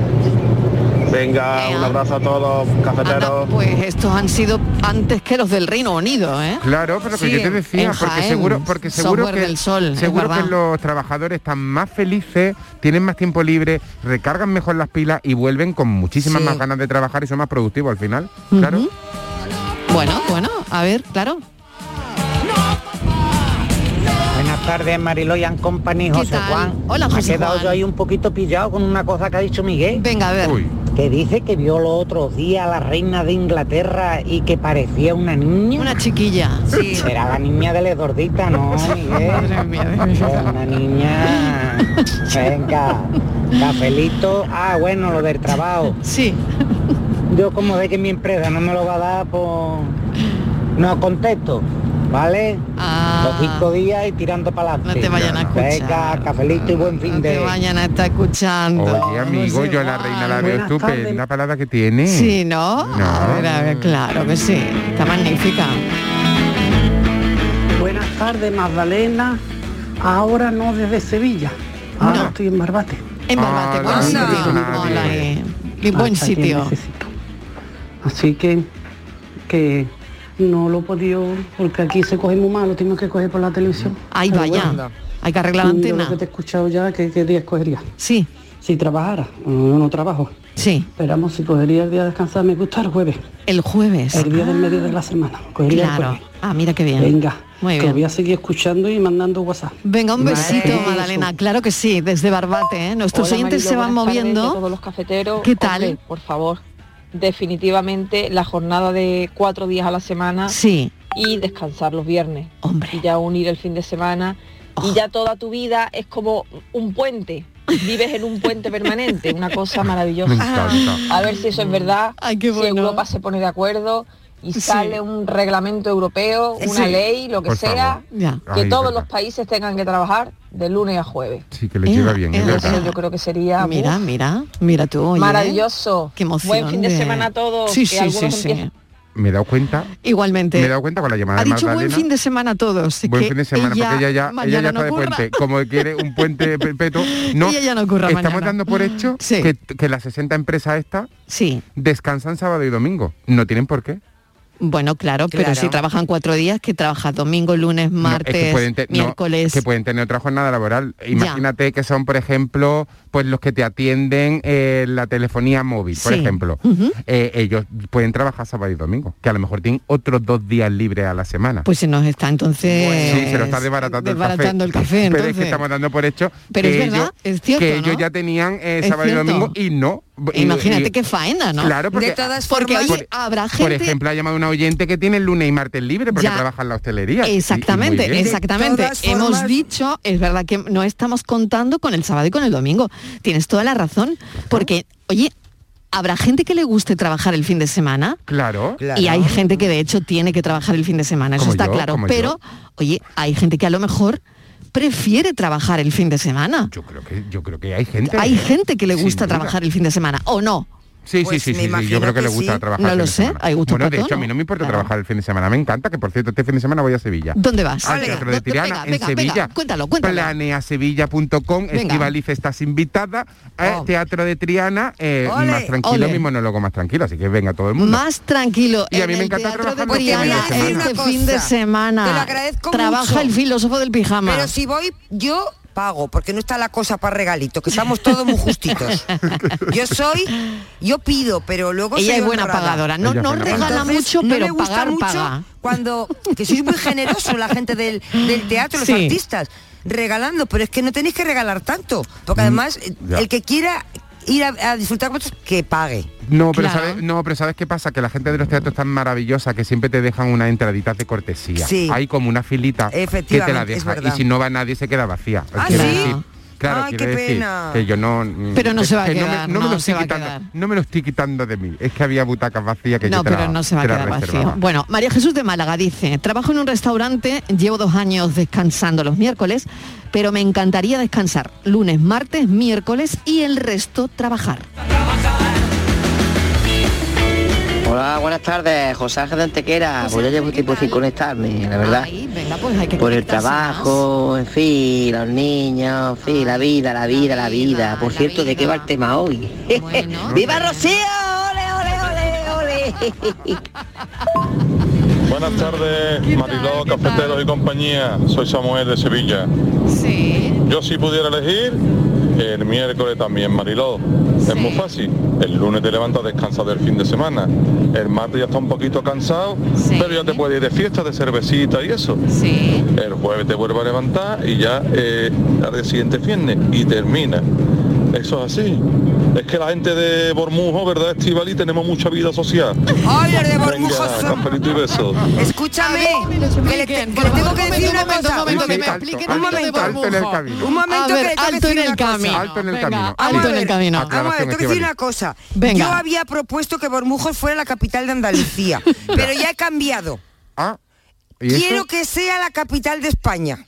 Speaker 15: Venga, un abrazo a todos, cafeteros.
Speaker 4: Pues estos han sido antes que los del Reino Unido, ¿eh?
Speaker 5: Claro, pero que
Speaker 4: Sí,
Speaker 5: yo te decía,
Speaker 4: en
Speaker 5: porque
Speaker 4: Jaén,
Speaker 5: seguro, porque seguro
Speaker 4: software
Speaker 5: que
Speaker 4: del sol, es
Speaker 5: seguro que
Speaker 4: verdad.
Speaker 5: los trabajadores están más felices, tienen más tiempo libre, recargan mejor las pilas y vuelven con muchísimas
Speaker 4: Sí.
Speaker 5: más ganas de trabajar y son más productivos al final.
Speaker 4: Ujú.
Speaker 5: Claro.
Speaker 4: Bueno, bueno, a ver, claro.
Speaker 23: Buenas tardes, Mariló y and Company, José
Speaker 4: tal?
Speaker 23: Juan.
Speaker 4: Hola,
Speaker 23: Me
Speaker 4: José
Speaker 23: he quedado
Speaker 4: Juan.
Speaker 23: yo ahí un poquito pillado con una cosa que ha dicho Miguel.
Speaker 4: Venga, a ver.
Speaker 23: Que dice que vio los otros días a la reina de Inglaterra y que parecía una niña.
Speaker 4: Una chiquilla.
Speaker 23: Sí. Era la niña de la Edordita, ¿no, Miguel? Era Una niña. Venga, cafelito. Ah, bueno, lo del trabajo.
Speaker 4: Sí.
Speaker 23: Yo como ve que mi empresa no me lo va a dar, pues no contesto. ¿Vale? Los cinco días y tirando para adelante. Ah. No te vayan a escuchar. Venga, cafelito y buen fin de...
Speaker 4: Que mañana está escuchando.
Speaker 5: Oye, amigo,
Speaker 1: pues
Speaker 5: yo a la reina la veo
Speaker 4: Buenas
Speaker 5: estupenda, la palabra que tiene.
Speaker 4: Sí, ¿no? A ver, a ver, claro que sí. Está magnífica.
Speaker 6: ¿eh?
Speaker 24: Buenas tardes, Magdalena. Ahora no desde Sevilla. Ahora estoy en Barbate.
Speaker 4: En
Speaker 5: Ah,
Speaker 4: Barbate, buen
Speaker 24: Hola.
Speaker 4: sitio.
Speaker 24: Nadie.
Speaker 4: Hola, eh. Y buen
Speaker 24: Hasta que
Speaker 4: sitio.
Speaker 24: necesito. Así que, que no lo he podido, porque aquí se coge muy mal, lo tengo que coger por la televisión.
Speaker 4: Ay,
Speaker 24: Pero
Speaker 4: vaya.
Speaker 24: bueno.
Speaker 4: Hay que arreglar la
Speaker 24: Y yo
Speaker 4: antena.
Speaker 24: lo que te he escuchado ya, ¿qué, qué día escogería?
Speaker 4: Sí.
Speaker 24: Si trabajara, no, no trabajo.
Speaker 4: Sí.
Speaker 24: Esperamos si cogería el día de descansar, me gusta el jueves.
Speaker 4: El jueves. Ah.
Speaker 24: El día del medio de la semana. Cogería el
Speaker 4: Claro.
Speaker 24: jueves.
Speaker 4: Ah, mira qué bien.
Speaker 24: Venga,
Speaker 4: Muy
Speaker 24: Que
Speaker 4: bien.
Speaker 24: os voy a seguir escuchando y mandando WhatsApp.
Speaker 4: Venga, un besito,
Speaker 24: Maravilloso.
Speaker 4: Magdalena. Claro que sí, desde Barbate. ¿eh? Nuestros
Speaker 1: Hola,
Speaker 4: oyentes
Speaker 1: Marilo,
Speaker 4: se van
Speaker 1: buenas tardes
Speaker 4: moviendo.
Speaker 1: a todos los cafeteros.
Speaker 4: ¿Qué tal?
Speaker 1: Hombre, por favor, definitivamente la jornada de cuatro días a la semana
Speaker 4: Sí.
Speaker 1: y descansar los viernes. Y ya unir el fin de semana. Y ya toda tu vida es como un puente. Vives en un puente permanente, una cosa maravillosa.
Speaker 2: Me encanta.
Speaker 1: A ver si
Speaker 5: Mm.
Speaker 1: eso es verdad, si Europa se pone de acuerdo y
Speaker 2: Sí.
Speaker 1: sale un reglamento europeo, una
Speaker 2: Sí.
Speaker 1: ley, lo que
Speaker 5: Por
Speaker 1: sea,
Speaker 5: favor. Ya.
Speaker 1: que
Speaker 5: Ay,
Speaker 1: todos
Speaker 5: verdad.
Speaker 1: los países tengan que trabajar de lunes a jueves.
Speaker 5: Sí, que le lleva bien, es
Speaker 1: Eso
Speaker 5: verdad.
Speaker 1: yo creo que sería
Speaker 4: Eh, Mira,
Speaker 1: Ah, uf,
Speaker 4: mira, mira tú. oye, ¿eh?
Speaker 1: maravilloso.
Speaker 4: Qué emoción.
Speaker 1: Buen fin de semana a todos.
Speaker 4: Sí,
Speaker 1: que
Speaker 4: sí, sí,
Speaker 1: algunos
Speaker 4: sí.
Speaker 1: empiezan-
Speaker 5: Me he dado cuenta.
Speaker 4: Igualmente.
Speaker 5: Me he dado cuenta con la llamada
Speaker 4: Ha
Speaker 5: de
Speaker 4: dicho buen
Speaker 5: Magdalena.
Speaker 4: fin de semana a todos.
Speaker 5: Buen
Speaker 4: Este, que
Speaker 5: fin de semana,
Speaker 4: ella
Speaker 5: porque ella ya, ella
Speaker 4: mañana
Speaker 5: ya
Speaker 4: no
Speaker 5: está de
Speaker 4: curra.
Speaker 5: puente. Como quiere un puente perpetuo. No,
Speaker 4: Ella ya no curra
Speaker 5: estamos
Speaker 4: mañana.
Speaker 5: dando por hecho que, que las 60 empresas estas descansan sábado y domingo. No tienen por qué.
Speaker 4: Bueno, claro, pero
Speaker 5: Claro.
Speaker 4: si trabajan cuatro días, que trabajas domingo, lunes,
Speaker 5: No, es
Speaker 4: martes,
Speaker 5: que pueden te- no,
Speaker 4: miércoles.
Speaker 5: que pueden tener otra jornada laboral. Imagínate que son, por ejemplo, pues los que te atienden eh, la telefonía móvil, por
Speaker 4: Sí. Mm.
Speaker 5: ejemplo. Eh, ellos pueden trabajar sábado y domingo, que a lo mejor tienen otros dos días libres a la semana.
Speaker 4: Pues se nos está entonces
Speaker 5: sí, se lo está desbaratando,
Speaker 4: desbaratando el café,
Speaker 5: Pero es que
Speaker 4: entonces.
Speaker 5: estamos dando por hecho
Speaker 4: Pero es
Speaker 5: que,
Speaker 4: verdad,
Speaker 5: ellos,
Speaker 4: es cierto,
Speaker 5: que ellos
Speaker 4: ¿no?
Speaker 5: ya tenían eh,
Speaker 4: Es
Speaker 5: sábado
Speaker 4: cierto.
Speaker 5: y domingo y no. y-
Speaker 4: Imagínate
Speaker 5: y-
Speaker 4: qué faena, ¿no?
Speaker 5: Claro, porque,
Speaker 4: porque oye,
Speaker 5: por-
Speaker 4: habrá
Speaker 5: por
Speaker 4: gente.
Speaker 5: ejemplo, ha llamado una oyente que tiene el lunes y martes libre porque
Speaker 4: Ya.
Speaker 5: trabaja en la hostelería. Y- y muy
Speaker 4: Exactamente,
Speaker 5: bien.
Speaker 4: exactamente. Hemos dicho, es verdad que no estamos contando con el sábado y con el domingo. Tienes toda la razón, porque, oye, habrá gente que le guste trabajar el fin de semana
Speaker 5: Claro.
Speaker 4: y hay gente que de hecho tiene que trabajar el fin de semana, eso
Speaker 5: Como
Speaker 4: está
Speaker 5: yo,
Speaker 4: claro.
Speaker 5: como
Speaker 4: Pero, oye, hay gente que a lo mejor prefiere trabajar el fin de semana.
Speaker 5: Yo creo que, yo creo que hay gente.
Speaker 4: Hay
Speaker 5: ¿eh?
Speaker 4: gente que le
Speaker 5: Sin
Speaker 4: gusta
Speaker 5: duda.
Speaker 4: trabajar el fin de semana, ¿o no?
Speaker 5: Sí, sí, sí, sí, sí, yo creo Pues que, le gusta trabajar.
Speaker 4: No
Speaker 5: el
Speaker 4: lo
Speaker 5: fin de
Speaker 4: sé,
Speaker 5: semana.
Speaker 4: hay gusto
Speaker 5: Bueno, de hecho, a mí no me importa trabajar el fin de semana. Me encanta que, por cierto, este fin de semana voy a Sevilla.
Speaker 4: ¿Dónde vas?
Speaker 5: Al
Speaker 4: Venga,
Speaker 5: Teatro de
Speaker 4: venga,
Speaker 5: Tirana,
Speaker 4: venga,
Speaker 5: en Sevilla.
Speaker 4: venga, cuéntalo, cuéntalo.
Speaker 5: Planeasevilla.com,
Speaker 4: Venga.
Speaker 5: Estivaliz, estás invitada. eh,
Speaker 4: Oh.
Speaker 5: Teatro de Triana, eh,
Speaker 4: Ole.
Speaker 5: más tranquilo,
Speaker 4: Ole.
Speaker 5: mi monólogo más tranquilo. Así que venga todo el mundo.
Speaker 4: Más tranquilo.
Speaker 5: Y a
Speaker 4: en
Speaker 5: mí me
Speaker 4: el
Speaker 5: encanta
Speaker 4: Teatro de
Speaker 5: trabajar los fines de
Speaker 4: Triana
Speaker 5: semana.
Speaker 4: este
Speaker 6: Una
Speaker 4: fin de
Speaker 6: cosa,
Speaker 4: semana.
Speaker 6: te lo agradezco
Speaker 4: Trabaja
Speaker 6: mucho.
Speaker 4: el filósofo del pijama.
Speaker 6: Pero si voy, yo pago, porque no está la cosa para regalitos, que estamos todos muy justitos. Yo soy, yo pido, pero luego
Speaker 4: Ella
Speaker 6: soy
Speaker 4: es buena
Speaker 6: honrada.
Speaker 4: pagadora, no- Ella es no buena regala pagadora. mucho,
Speaker 6: no
Speaker 4: pero
Speaker 6: le gusta
Speaker 4: pagar,
Speaker 6: mucho
Speaker 4: paga.
Speaker 6: Cuando, que sois muy generosos la gente del, del teatro, los
Speaker 4: Sí.
Speaker 6: artistas, regalando, pero es que no tenéis que regalar tanto,
Speaker 4: Mm.
Speaker 6: porque además eh,
Speaker 5: ya.
Speaker 6: el que quiera ir a, a disfrutar con vosotros, que pague.
Speaker 5: No pero,
Speaker 6: Claro.
Speaker 5: ¿sabes, no, pero ¿sabes qué pasa? Que la gente de los teatros es tan maravillosa que siempre te dejan una entradita de cortesía.
Speaker 6: Sí.
Speaker 5: Hay como una filita que te la
Speaker 6: Efectivamente, es
Speaker 5: deja. Y
Speaker 6: verdad.
Speaker 5: si no va nadie, se queda vacía.
Speaker 6: ¿Ah,
Speaker 5: Quiero
Speaker 6: sí?
Speaker 5: decir- claro,
Speaker 6: Ay,
Speaker 5: quiero
Speaker 6: qué
Speaker 5: decir
Speaker 6: pena.
Speaker 5: que yo no... mm,
Speaker 4: Pero no
Speaker 5: es
Speaker 4: se va a
Speaker 5: que me-
Speaker 4: quedar,
Speaker 5: No me,
Speaker 4: no
Speaker 5: lo
Speaker 4: se
Speaker 5: estoy
Speaker 4: va a
Speaker 5: quitando,
Speaker 4: quedar.
Speaker 5: no me lo estoy quitando de mí. Es que había butacas vacías que
Speaker 4: No,
Speaker 5: yo te
Speaker 4: pero
Speaker 5: la-
Speaker 4: no se va a
Speaker 5: te la
Speaker 4: quedar vacío.
Speaker 5: reservaba.
Speaker 4: Bueno, María Jesús de Málaga dice, trabajo en un restaurante, llevo dos años descansando los miércoles, pero me encantaría descansar lunes, martes, miércoles y el resto trabajar.
Speaker 3: Hola, buenas tardes, José Ángel de Antequera. Pues ya llevo tiempo sin conectarme, la verdad.
Speaker 4: Ahí, venga, pues hay que
Speaker 3: Por el
Speaker 4: conectarse
Speaker 3: trabajo, en fin, los niños, en fin, la vida, la vida, la vida. Por cierto, ¿de qué va el tema hoy? ¡Viva Rocío! ¡Ole, ole, ole!
Speaker 25: Buenas tardes, Mariló, cafeteros y compañía. Soy Samuel de Sevilla.
Speaker 4: Sí.
Speaker 25: Yo si pudiera elegir, el miércoles también, Mariló. Es muy fácil. El lunes te levantas, descansas del fin de semana. El martes ya está un poquito cansado, pero ya te puedes ir de fiesta, de cervecita y eso. El jueves te vuelves a levantar y ya eh, al día siguiente es viernes y termina. Eso es así. Es que la gente de Bormujo, ¿verdad, Estivali? Tenemos mucha vida social.
Speaker 6: ¡Ay, los de Bormujo
Speaker 25: Venga,
Speaker 6: son-
Speaker 25: cafelito y besos.
Speaker 6: Escúchame, que le, te- que le tengo que decir una cosa. Un momento, un momento
Speaker 4: A ver,
Speaker 6: que le tengo
Speaker 4: alto
Speaker 6: que
Speaker 4: en
Speaker 6: decir
Speaker 4: el
Speaker 6: una cosa.
Speaker 4: camino. Alto en el Venga, camino. alto
Speaker 6: Vamos a
Speaker 4: en el
Speaker 6: ver,
Speaker 4: camino.
Speaker 6: Vamos a ver,
Speaker 4: Aclaración,
Speaker 6: tengo que decir
Speaker 4: Estíbaliz.
Speaker 6: una cosa.
Speaker 4: Venga.
Speaker 6: Yo había propuesto que Bormujos fuera la capital de Andalucía, pero ya he cambiado.
Speaker 4: Ah,
Speaker 5: ¿y eso?
Speaker 6: Quiero que sea la capital de España.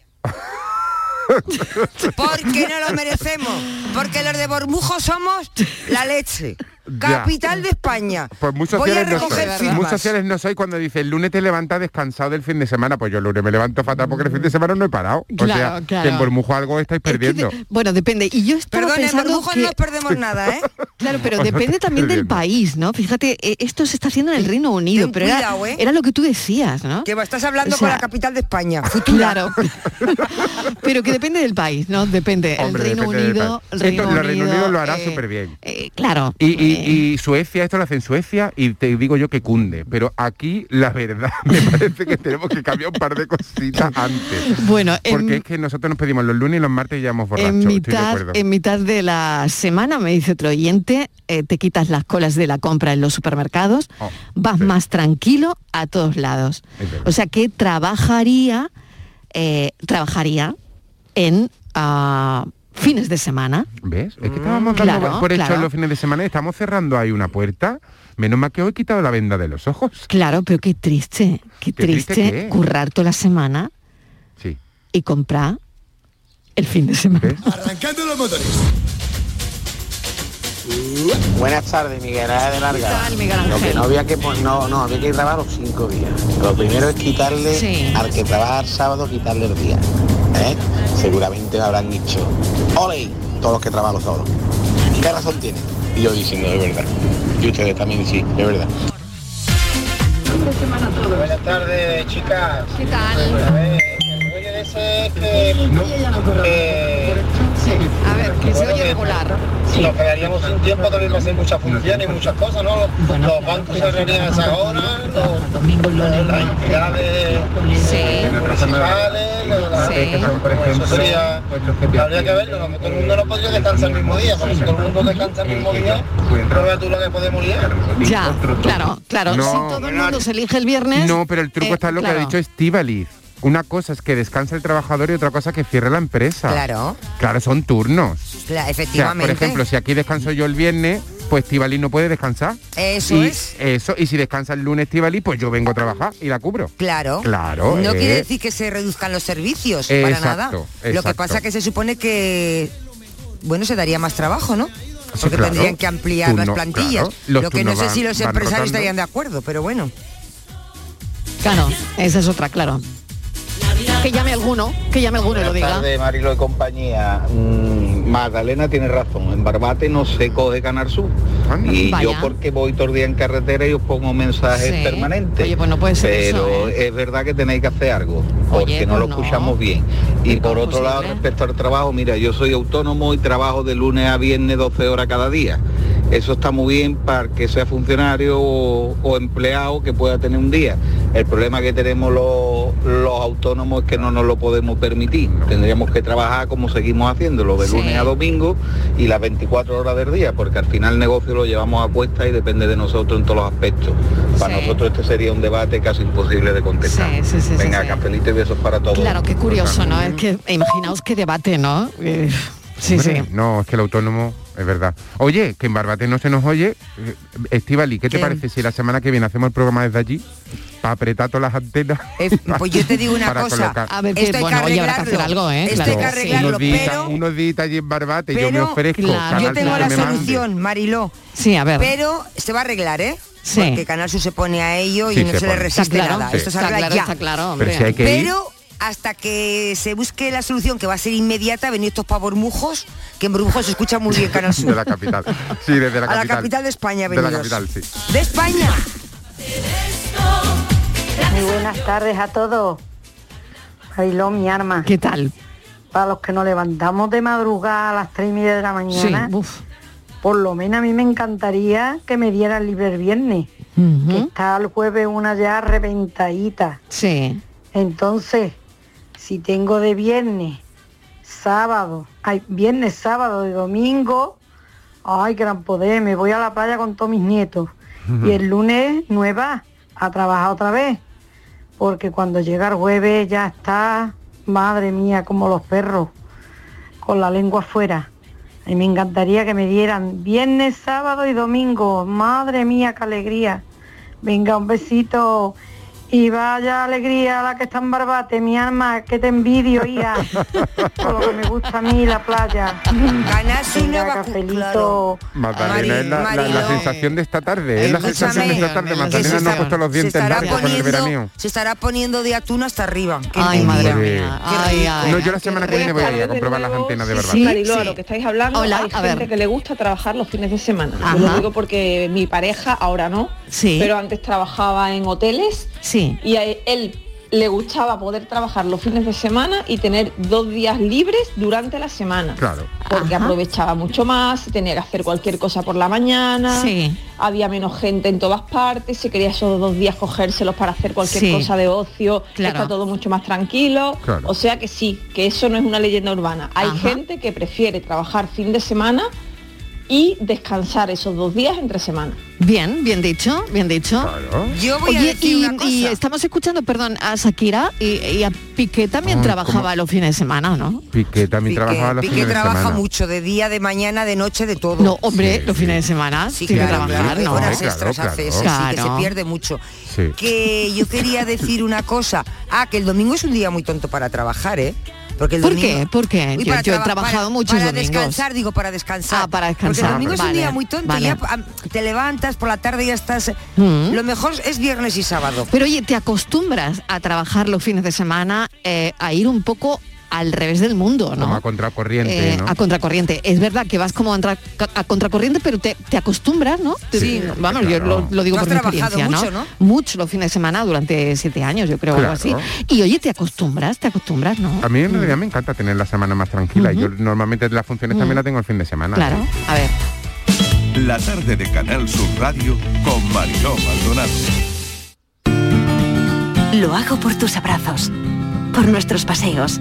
Speaker 6: Porque no lo merecemos. Porque los de Bormujos somos la leche.
Speaker 5: Ya.
Speaker 6: Capital de España.
Speaker 5: Pues muy
Speaker 6: Voy a
Speaker 5: sociales, no
Speaker 6: recoger
Speaker 5: soy.
Speaker 6: firmas.
Speaker 5: Muy sociales no soy cuando dice el lunes te levantas descansado del fin de semana. Pues yo el lunes me levanto fatal porque el fin de semana no he parado.
Speaker 4: Mm.
Speaker 5: o sea,
Speaker 4: Claro, claro.
Speaker 5: que en Bormujo algo estáis perdiendo.
Speaker 4: Bueno, depende. Y yo estaba
Speaker 6: Perdón, en
Speaker 4: pensando
Speaker 6: Bormujos
Speaker 4: que...
Speaker 6: no perdemos nada, ¿eh?
Speaker 4: Claro, pero depende también del país, ¿no? Fíjate, eh, esto se está haciendo en el Reino Unido,
Speaker 6: Ten
Speaker 4: pero era,
Speaker 6: cuidado, ¿eh?
Speaker 4: era lo que tú decías, ¿no?
Speaker 6: Que estás hablando
Speaker 4: O sea,
Speaker 6: con la capital de España.
Speaker 4: Ah, Claro. pero que depende del país, ¿no? Depende.
Speaker 5: Hombre,
Speaker 4: el Reino
Speaker 5: depende del
Speaker 4: Unido,
Speaker 5: país.
Speaker 4: el
Speaker 5: Esto-
Speaker 4: Reino
Speaker 5: lo Reino Unido lo hará
Speaker 4: eh,
Speaker 5: súper bien.
Speaker 4: claro. Eh.
Speaker 5: Y, y y Suecia, esto lo hace en Suecia y te digo yo que cunde. Pero aquí, la verdad, me parece que tenemos que cambiar un par de cositas antes.
Speaker 4: Bueno, en-
Speaker 5: Porque es que nosotros nos pedimos los lunes y los martes y ya hemos borracho.
Speaker 4: en,
Speaker 5: estoy de
Speaker 4: mitad,
Speaker 5: acuerdo.
Speaker 4: en mitad de la semana, me dice otro oyente, eh, te quitas las colas de la compra en los supermercados,
Speaker 5: Oh,
Speaker 4: vas más tranquilo a todos lados. O sea que trabajaría, eh, trabajaría en ah, fines de semana.
Speaker 5: ¿Ves? Es que estábamos dando
Speaker 4: Mm, Claro,
Speaker 5: por hecho
Speaker 4: claro.
Speaker 5: los fines de semana y estamos cerrando ahí una puerta. Menos mal que hoy he quitado la venda de los ojos.
Speaker 4: Pues Claro, pero qué triste, qué,
Speaker 5: ¿Qué triste
Speaker 4: triste,
Speaker 5: qué?
Speaker 4: currar toda la semana
Speaker 5: Sí.
Speaker 4: y comprar el fin de semana.
Speaker 9: Arrancando los motores.
Speaker 21: Buenas tardes, Miguel Ángel de Larga. Lo que no había que pon- no, no, había que grabar los cinco días. Lo primero es quitarle al que trabaja el sábado, quitarle el día. ¿eh? Seguramente me habrán dicho, ¡ole! Todos los que trabajan los sábados. ¿Qué razón tiene? Y yo diciendo, de verdad. Y ustedes también sí, de verdad.
Speaker 10: Buenas tardes, chicas. ¿Qué tal? A ver, el rollo de ese es que... que-
Speaker 4: A ver, que se
Speaker 10: Eh, bueno,
Speaker 4: oye
Speaker 10: que
Speaker 4: regular.
Speaker 10: Nos quedaríamos sin tiempo también para hacer muchas funciones y muchas cosas, ¿no? Los, los bancos se reunían a esa hora, los, los- las entidades municipales, los- las asesorías. Habría que verlo, como todo el mundo no podría descansar el mismo día, porque si todo el mundo descansa el mismo día, prueba tú lo que podemos liar.
Speaker 4: Ya, claro, claro.
Speaker 5: No.
Speaker 4: si todo el mundo se elige el viernes.
Speaker 5: No, pero el truco
Speaker 4: eh,
Speaker 5: está en lo que
Speaker 4: claro.
Speaker 5: ha dicho este Estivaliz. Una cosa es que descansa el trabajador y otra cosa que cierre la empresa.
Speaker 6: Claro.
Speaker 5: Claro, son turnos.
Speaker 6: Cla-
Speaker 5: O sea, por
Speaker 6: efectivamente.
Speaker 5: ejemplo, si aquí descanso yo el viernes, pues Estivaliz no puede descansar.
Speaker 6: Eso
Speaker 5: Y
Speaker 6: es.
Speaker 5: Eso, y si descansa el lunes Estivaliz, pues yo vengo a trabajar y la cubro.
Speaker 6: Claro.
Speaker 5: Claro,
Speaker 6: No
Speaker 5: eh.
Speaker 6: quiere decir que se reduzcan los servicios, para
Speaker 5: Exacto,
Speaker 6: nada. Lo que
Speaker 5: exacto.
Speaker 6: pasa que se supone que, bueno, se daría más trabajo, ¿no? Porque
Speaker 5: claro.
Speaker 6: tendrían que ampliar las
Speaker 5: Turno,
Speaker 6: plantillas.
Speaker 5: claro. Los
Speaker 6: Lo que no
Speaker 5: turnos
Speaker 6: sé si
Speaker 5: van-
Speaker 6: los
Speaker 5: van
Speaker 6: empresarios
Speaker 5: rotando.
Speaker 6: estarían de acuerdo, pero bueno.
Speaker 4: Claro, esa es otra, claro. Que llame alguno, que llame alguno y lo
Speaker 11: Buenas
Speaker 4: diga.
Speaker 11: tardes, Marilo y compañía. Mm, Magdalena tiene razón, en Barbate no se coge Canal Sur. Y
Speaker 4: Vaya.
Speaker 11: yo porque voy todo el día en carretera y os pongo mensajes
Speaker 4: Sí.
Speaker 11: permanentes.
Speaker 4: Oye, pues no puede ser eso,
Speaker 11: Pero
Speaker 4: ¿eh? pues
Speaker 11: es verdad que tenéis que hacer algo, porque no lo escuchamos bien. Y por otro lado, respecto al trabajo, mira, yo soy autónomo y trabajo de lunes a viernes 12 horas cada día. Eso está muy bien para que sea funcionario o, o empleado que pueda tener un día. El problema que tenemos los, los autónomos es que no nos lo podemos permitir. Tendríamos que trabajar como seguimos haciéndolo, de
Speaker 26: Sí.
Speaker 11: lunes a domingo y las 24 horas del día, porque al final el negocio lo llevamos a cuesta y depende de nosotros en todos los aspectos. Para nosotros este sería un debate casi imposible de contestar. Venga, cafelito y besos para todos.
Speaker 4: Claro, qué curioso, ¿no? Es que imaginaos qué debate, ¿no? Eh, sí, sí.
Speaker 5: Hombre, No, es que el autónomo, es verdad. Oye, que en Barbate no se nos oye. Eh, Estivali, ¿qué te parece si la semana que viene hacemos el programa desde allí? Para apretar todas las antenas.
Speaker 6: pues yo te digo una
Speaker 5: Para
Speaker 6: cosa.
Speaker 5: colocar.
Speaker 6: A ver, que, Esto hay bueno, que oye, habrá que hacer arreglarlo. algo, ¿eh? Esto hay que
Speaker 5: Unos
Speaker 6: arreglarlo,
Speaker 5: días-
Speaker 6: pero-
Speaker 5: Unos días allí en Barbate, yo me
Speaker 6: Pero,
Speaker 5: ofrezco.
Speaker 6: claro, yo
Speaker 5: Canal
Speaker 6: tengo
Speaker 5: Sur
Speaker 6: la
Speaker 5: que me mande.
Speaker 6: solución, Mariló.
Speaker 4: Sí, a ver.
Speaker 6: Pero se va a arreglar, ¿eh?
Speaker 4: Sí.
Speaker 6: Porque Canal Sur se pone a ello y
Speaker 5: Sí,
Speaker 6: no
Speaker 5: se
Speaker 6: se, le
Speaker 5: pone.
Speaker 6: resiste
Speaker 5: Está claro,
Speaker 6: nada.
Speaker 5: sí.
Speaker 6: Esto se
Speaker 5: Está
Speaker 6: arregla
Speaker 5: claro,
Speaker 6: ya.
Speaker 5: está claro, hombre. Pero si hay que ir-
Speaker 6: Pero hasta que se busque la solución que va a ser inmediata, venir estos pavormujos, que en Brujos se escucha muy bien Canal Sur.
Speaker 5: De la capital. Sí, desde la
Speaker 6: a
Speaker 5: capital.
Speaker 6: la capital de España,
Speaker 5: De la
Speaker 6: venidos.
Speaker 5: capital, sí.
Speaker 6: De España.
Speaker 27: Muy buenas tardes a todos. Bailó mi arma.
Speaker 4: ¿Qué tal?
Speaker 27: Para los que nos levantamos de madrugada a las tres y media de la mañana,
Speaker 4: Sí, uf.
Speaker 27: por lo menos a mí me encantaría que me dieran libre el viernes. que está el jueves una ya reventadita.
Speaker 4: Sí.
Speaker 27: Entonces, si tengo de viernes, sábado, ay, viernes, sábado y domingo, ay, gran poder, me voy a la playa con todos mis nietos. Y el lunes nueva, a trabajar otra vez. Porque cuando llega el jueves ya está, madre mía, como los perros, con la lengua afuera. Y me encantaría que me dieran viernes, sábado y domingo. Madre mía, qué alegría. Venga, un besito. Y vaya alegría la que está en Barbate, mi alma, que te envidio, hija. Por lo que me gusta a mí la playa.
Speaker 6: Ganas
Speaker 27: una cafelito.
Speaker 5: Magdalena es la, la- la sensación de esta tarde. Es la sensación de esta tarde. Magdalena no ha puesto los
Speaker 6: se
Speaker 5: dientes
Speaker 6: estará,
Speaker 5: largos con el
Speaker 6: poniendo,
Speaker 5: veraneo.
Speaker 6: se estará poniendo de atún hasta arriba. Qué
Speaker 5: Ay, madre
Speaker 6: envidia.
Speaker 5: mía.
Speaker 6: Qué
Speaker 5: Ay,
Speaker 6: rico.
Speaker 5: ay, No, yo la semana que viene voy a ir a comprobar las antenas de verdad.
Speaker 1: Sí, Mariló, a lo que estáis hablando,
Speaker 4: Hola,
Speaker 1: hay
Speaker 4: a
Speaker 1: gente
Speaker 4: ver.
Speaker 1: que le gusta trabajar los fines de semana. Yo
Speaker 4: Ajá.
Speaker 1: lo digo porque mi pareja, ahora no,
Speaker 4: Sí.
Speaker 1: pero antes trabajaba en hoteles
Speaker 4: Sí.
Speaker 1: y a él le gustaba poder trabajar los fines de semana y tener dos días libres durante la semana.
Speaker 5: Claro.
Speaker 1: Porque aprovechaba mucho más, tenía que hacer cualquier cosa por la mañana,
Speaker 4: Sí.
Speaker 1: había menos gente en todas partes, se quería esos dos días cogérselos para hacer cualquier
Speaker 4: Sí.
Speaker 1: cosa de ocio,
Speaker 4: Claro.
Speaker 1: está todo mucho más tranquilo.
Speaker 4: Claro.
Speaker 1: O sea que sí, que eso no es una leyenda urbana. Hay
Speaker 4: Ajá.
Speaker 1: gente que prefiere trabajar fin de semana y descansar esos dos días entre semana.
Speaker 4: Bien, bien dicho, bien dicho.
Speaker 1: Yo voy a decir
Speaker 4: y,
Speaker 1: una cosa.
Speaker 4: y estamos escuchando, perdón, a Shakira y, y a Piqué también
Speaker 5: Ay,
Speaker 4: trabajaba
Speaker 5: Ah, cómo-
Speaker 4: los fines de semana, ¿no?
Speaker 5: Piqué también trabajaba los
Speaker 6: Piqué
Speaker 5: fines de
Speaker 6: trabaja
Speaker 5: semana.
Speaker 6: mucho, de día, de mañana, de noche, de todo.
Speaker 4: No, hombre, ¿Eh? los fines de semana tiene que trabajar, ¿no?
Speaker 6: Horas extras
Speaker 4: Claro,
Speaker 6: hace eso, sí, que se
Speaker 4: claro.
Speaker 6: pierde mucho.
Speaker 5: Sí.
Speaker 6: Que yo quería decir una cosa. Ah, que el domingo es un día muy tonto para trabajar, ¿eh? Porque el
Speaker 4: ¿Por
Speaker 6: domingo-
Speaker 4: qué? ¿Por qué?
Speaker 6: Uy,
Speaker 4: Yo-
Speaker 6: para
Speaker 4: yo he
Speaker 6: traba-
Speaker 4: trabajado
Speaker 6: para-
Speaker 4: muchos
Speaker 6: Para
Speaker 4: domingos.
Speaker 6: descansar, digo, para descansar.
Speaker 4: Ah, para
Speaker 6: Porque el
Speaker 4: descansar,
Speaker 6: domingo es un día
Speaker 4: vale,
Speaker 6: muy tonto,
Speaker 4: vale.
Speaker 6: ya am, te levantas, por la tarde ya estás...
Speaker 4: Mm.
Speaker 6: Lo mejor es viernes y sábado.
Speaker 4: Pero oye, ¿te acostumbras a trabajar los fines de semana, eh, a ir un poco al revés del mundo,
Speaker 5: Como
Speaker 4: ¿no?
Speaker 5: a contracorriente,
Speaker 4: Eh,
Speaker 5: ¿no?
Speaker 4: A contracorriente. Es verdad que vas como a, entra- a contracorriente, pero te, te acostumbras, ¿no? Te-
Speaker 5: Sí,
Speaker 4: vamos,
Speaker 5: hombre,
Speaker 4: yo
Speaker 5: claro.
Speaker 4: lo, lo digo
Speaker 5: Tú has
Speaker 4: por mi
Speaker 5: trabajado
Speaker 4: experiencia,
Speaker 5: mucho,
Speaker 4: ¿no?
Speaker 5: ¿no?
Speaker 4: Mucho los fines de semana durante siete años, yo creo, algo así.
Speaker 5: Claro.
Speaker 4: Y oye, te acostumbras, te acostumbras, ¿no? Mm.
Speaker 5: A mí en realidad me encanta tener la semana más tranquila. Yo normalmente las funciones también las tengo el fin de semana.
Speaker 4: Claro, a ver.
Speaker 9: La tarde de Canal Sur Radio con Mariló Maldonado.
Speaker 12: Lo hago por tus abrazos, por nuestros paseos,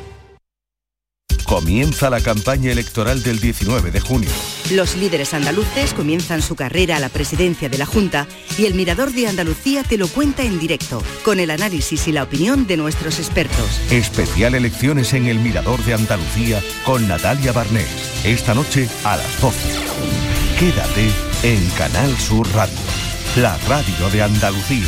Speaker 9: Comienza la campaña electoral del 19 de junio.
Speaker 26: Los líderes andaluces comienzan su carrera a la presidencia de la Junta y el Mirador de Andalucía te lo cuenta en directo, con el análisis y la opinión de nuestros expertos.
Speaker 9: Especial elecciones en el Mirador de Andalucía con Natalia Barnés. Esta noche a las 12. Quédate en Canal Sur Radio, la radio de Andalucía.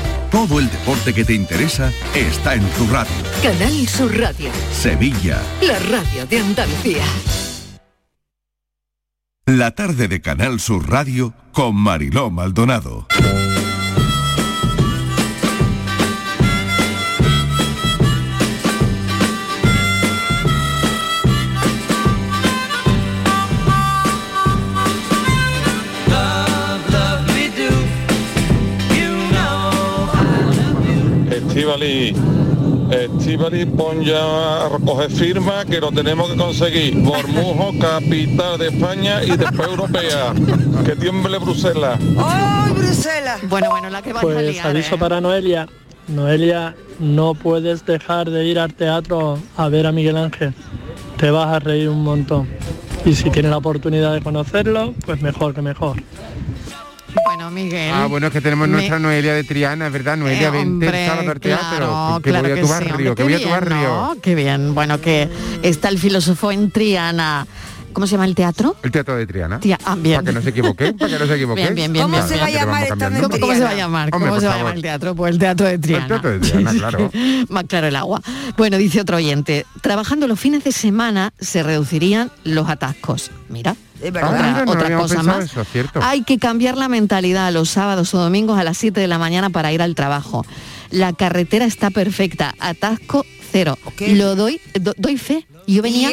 Speaker 9: Todo el deporte que te interesa está en tu radio.
Speaker 28: Canal Sur Radio,
Speaker 9: Sevilla.
Speaker 28: la radio de Andalucía.
Speaker 9: La tarde de Canal Sur Radio con Mariló Maldonado.
Speaker 25: Estivali, Estivali, pon ya a recoger firma que lo tenemos que conseguir. Bormujo, capital de España y después europea. Que tiemble Bruselas.
Speaker 6: ¡Ay, Bruselas!
Speaker 4: Bueno, bueno, la que vas a
Speaker 17: Pues
Speaker 4: liar, eh.
Speaker 17: aviso para Noelia. Noelia, no puedes dejar de ir al teatro a ver a Miguel Ángel. Te vas a reír un montón. Y si tienes la oportunidad de conocerlo, pues mejor que mejor.
Speaker 4: Bueno, Miguel.
Speaker 5: Ah, bueno, es que tenemos
Speaker 4: Me-
Speaker 5: nuestra Noelia de Triana, es verdad, Noelia,
Speaker 4: Eh,
Speaker 5: vente el
Speaker 4: hombre,
Speaker 5: sábado al teatro,
Speaker 4: claro,
Speaker 5: que
Speaker 4: claro
Speaker 5: voy a
Speaker 4: que
Speaker 5: tu
Speaker 4: sí,
Speaker 5: barrio,
Speaker 4: hombre,
Speaker 5: que
Speaker 4: qué
Speaker 5: voy a tu
Speaker 4: bien,
Speaker 5: barrio.
Speaker 4: ¿no? Qué bien, bueno, que está el filósofo en Triana. ¿Cómo se llama el teatro?
Speaker 5: El teatro de Triana.
Speaker 4: Tía, ah, bien.
Speaker 5: Para que no se equivoque, para que no se equivoque.
Speaker 4: Bien, bien, bien, bien.
Speaker 5: Claro, que vamos cambiando.
Speaker 4: ¿Cómo, cómo se va a llamar?
Speaker 5: Hombre,
Speaker 4: ¿Cómo
Speaker 5: por
Speaker 4: se va a
Speaker 5: favor.
Speaker 4: llamar el teatro? Pues el teatro de Triana.
Speaker 5: teatro de Triana,
Speaker 4: Sí, sí,
Speaker 5: claro.
Speaker 4: sí. Más claro el agua. Bueno, dice otro oyente, trabajando los fines de semana se reducirían los atascos. Mira.
Speaker 5: Ah,
Speaker 4: Otra,
Speaker 5: mira, no
Speaker 4: otra
Speaker 5: habíamos
Speaker 4: cosa
Speaker 5: pensado
Speaker 4: más.
Speaker 5: eso, cierto.
Speaker 4: Hay que cambiar la mentalidad los sábados o domingos a las 7 de la mañana para ir al trabajo. La carretera está perfecta, atasco cero. Lo doy, do- doy fe. Yo venía,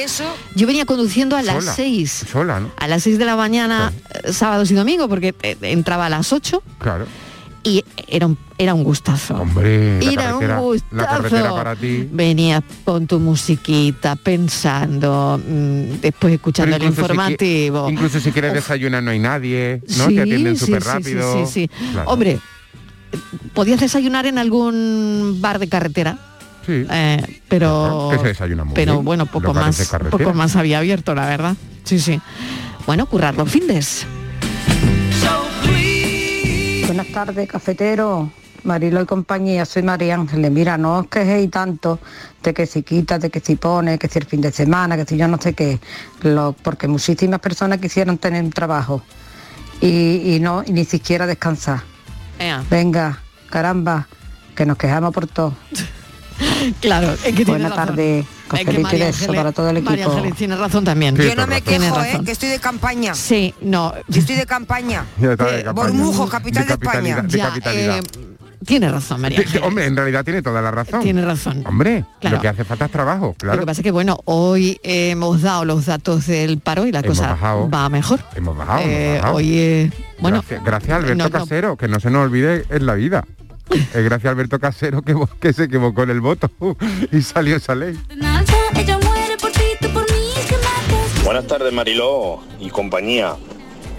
Speaker 4: yo venía conduciendo a las
Speaker 5: Sola.
Speaker 4: 6.
Speaker 5: Sola, ¿no?
Speaker 4: A las 6 de la mañana,
Speaker 5: Ah.
Speaker 4: eh, sábados y domingos, porque eh, entraba a las 8
Speaker 5: Claro.
Speaker 4: y era un, era un gustazo.
Speaker 5: Hombre, la
Speaker 4: era un
Speaker 5: carretera,
Speaker 4: gustazo.
Speaker 5: la carretera para ti.
Speaker 4: Venías con tu musiquita, pensando, mm, después escuchando el
Speaker 5: Pero incluso si qui-
Speaker 4: informativo.
Speaker 5: incluso si quieres
Speaker 4: Uf,
Speaker 5: desayunar no hay nadie, ¿no? Te atienden
Speaker 4: sí,
Speaker 5: súper
Speaker 4: sí,
Speaker 5: rápido.
Speaker 4: Sí, sí, sí.
Speaker 5: Claro.
Speaker 4: Hombre, eh, podías desayunar en algún bar de carretera.
Speaker 5: Sí.
Speaker 4: eh, pero
Speaker 5: Que se desayuna muy
Speaker 4: pero
Speaker 5: bien,
Speaker 4: bueno, poco
Speaker 5: los bares de
Speaker 4: más,
Speaker 5: carretera.
Speaker 4: poco más había abierto, la verdad. Sí, sí. Bueno, currar los findes.
Speaker 27: Buenas tardes, cafetero. Marilo y compañía, soy María Ángeles. Mira, no os quejéis tanto de que si quita, de que si pone, que si el fin de semana, que si yo no sé qué, Lo- porque muchísimas personas quisieron tener un trabajo y, y no y ni siquiera descansar.
Speaker 4: Ea.
Speaker 27: Venga, caramba, que nos quejamos por todo.
Speaker 4: Claro, es que tiene
Speaker 27: Buenas
Speaker 4: razón.
Speaker 27: tardes,
Speaker 4: Es que
Speaker 27: cafelito y
Speaker 4: María
Speaker 27: beso
Speaker 4: Ángeles-
Speaker 27: para todo el equipo.
Speaker 4: María Ángeles tiene razón también.
Speaker 27: Sí, Yo no me
Speaker 4: Tiene
Speaker 27: quejo,
Speaker 6: eh,
Speaker 4: razón.
Speaker 6: que estoy de campaña.
Speaker 4: Sí, no.
Speaker 6: Yo estoy de campaña.
Speaker 5: Ya está de campaña.
Speaker 6: Bormujos, capital de,
Speaker 5: capitalidad,
Speaker 6: España. eh,
Speaker 5: de capitalidad.
Speaker 4: tiene razón, María.
Speaker 5: Te- te- Hombre, en realidad tiene toda la razón.
Speaker 4: Tiene razón.
Speaker 5: Hombre,
Speaker 4: Claro.
Speaker 5: lo que hace falta es trabajo,
Speaker 4: Lo
Speaker 5: claro.
Speaker 4: que pasa es que bueno, hoy hemos dado los datos del paro y la
Speaker 5: Hemos
Speaker 4: cosa
Speaker 5: bajado.
Speaker 4: va mejor.
Speaker 5: Hemos bajado, hemos
Speaker 4: Eh,
Speaker 5: bajado.
Speaker 4: Hoy eh, bueno,
Speaker 5: gracias, gracias, Alberto
Speaker 4: no, no.
Speaker 5: Casero, que no se nos olvide en la vida. Es gracias a Alberto Casero que, vo- que se equivocó en el voto y salió esa ley.
Speaker 2: ella muere por ti, tú por mí, es que matas.
Speaker 15: Buenas tardes Mariló y compañía.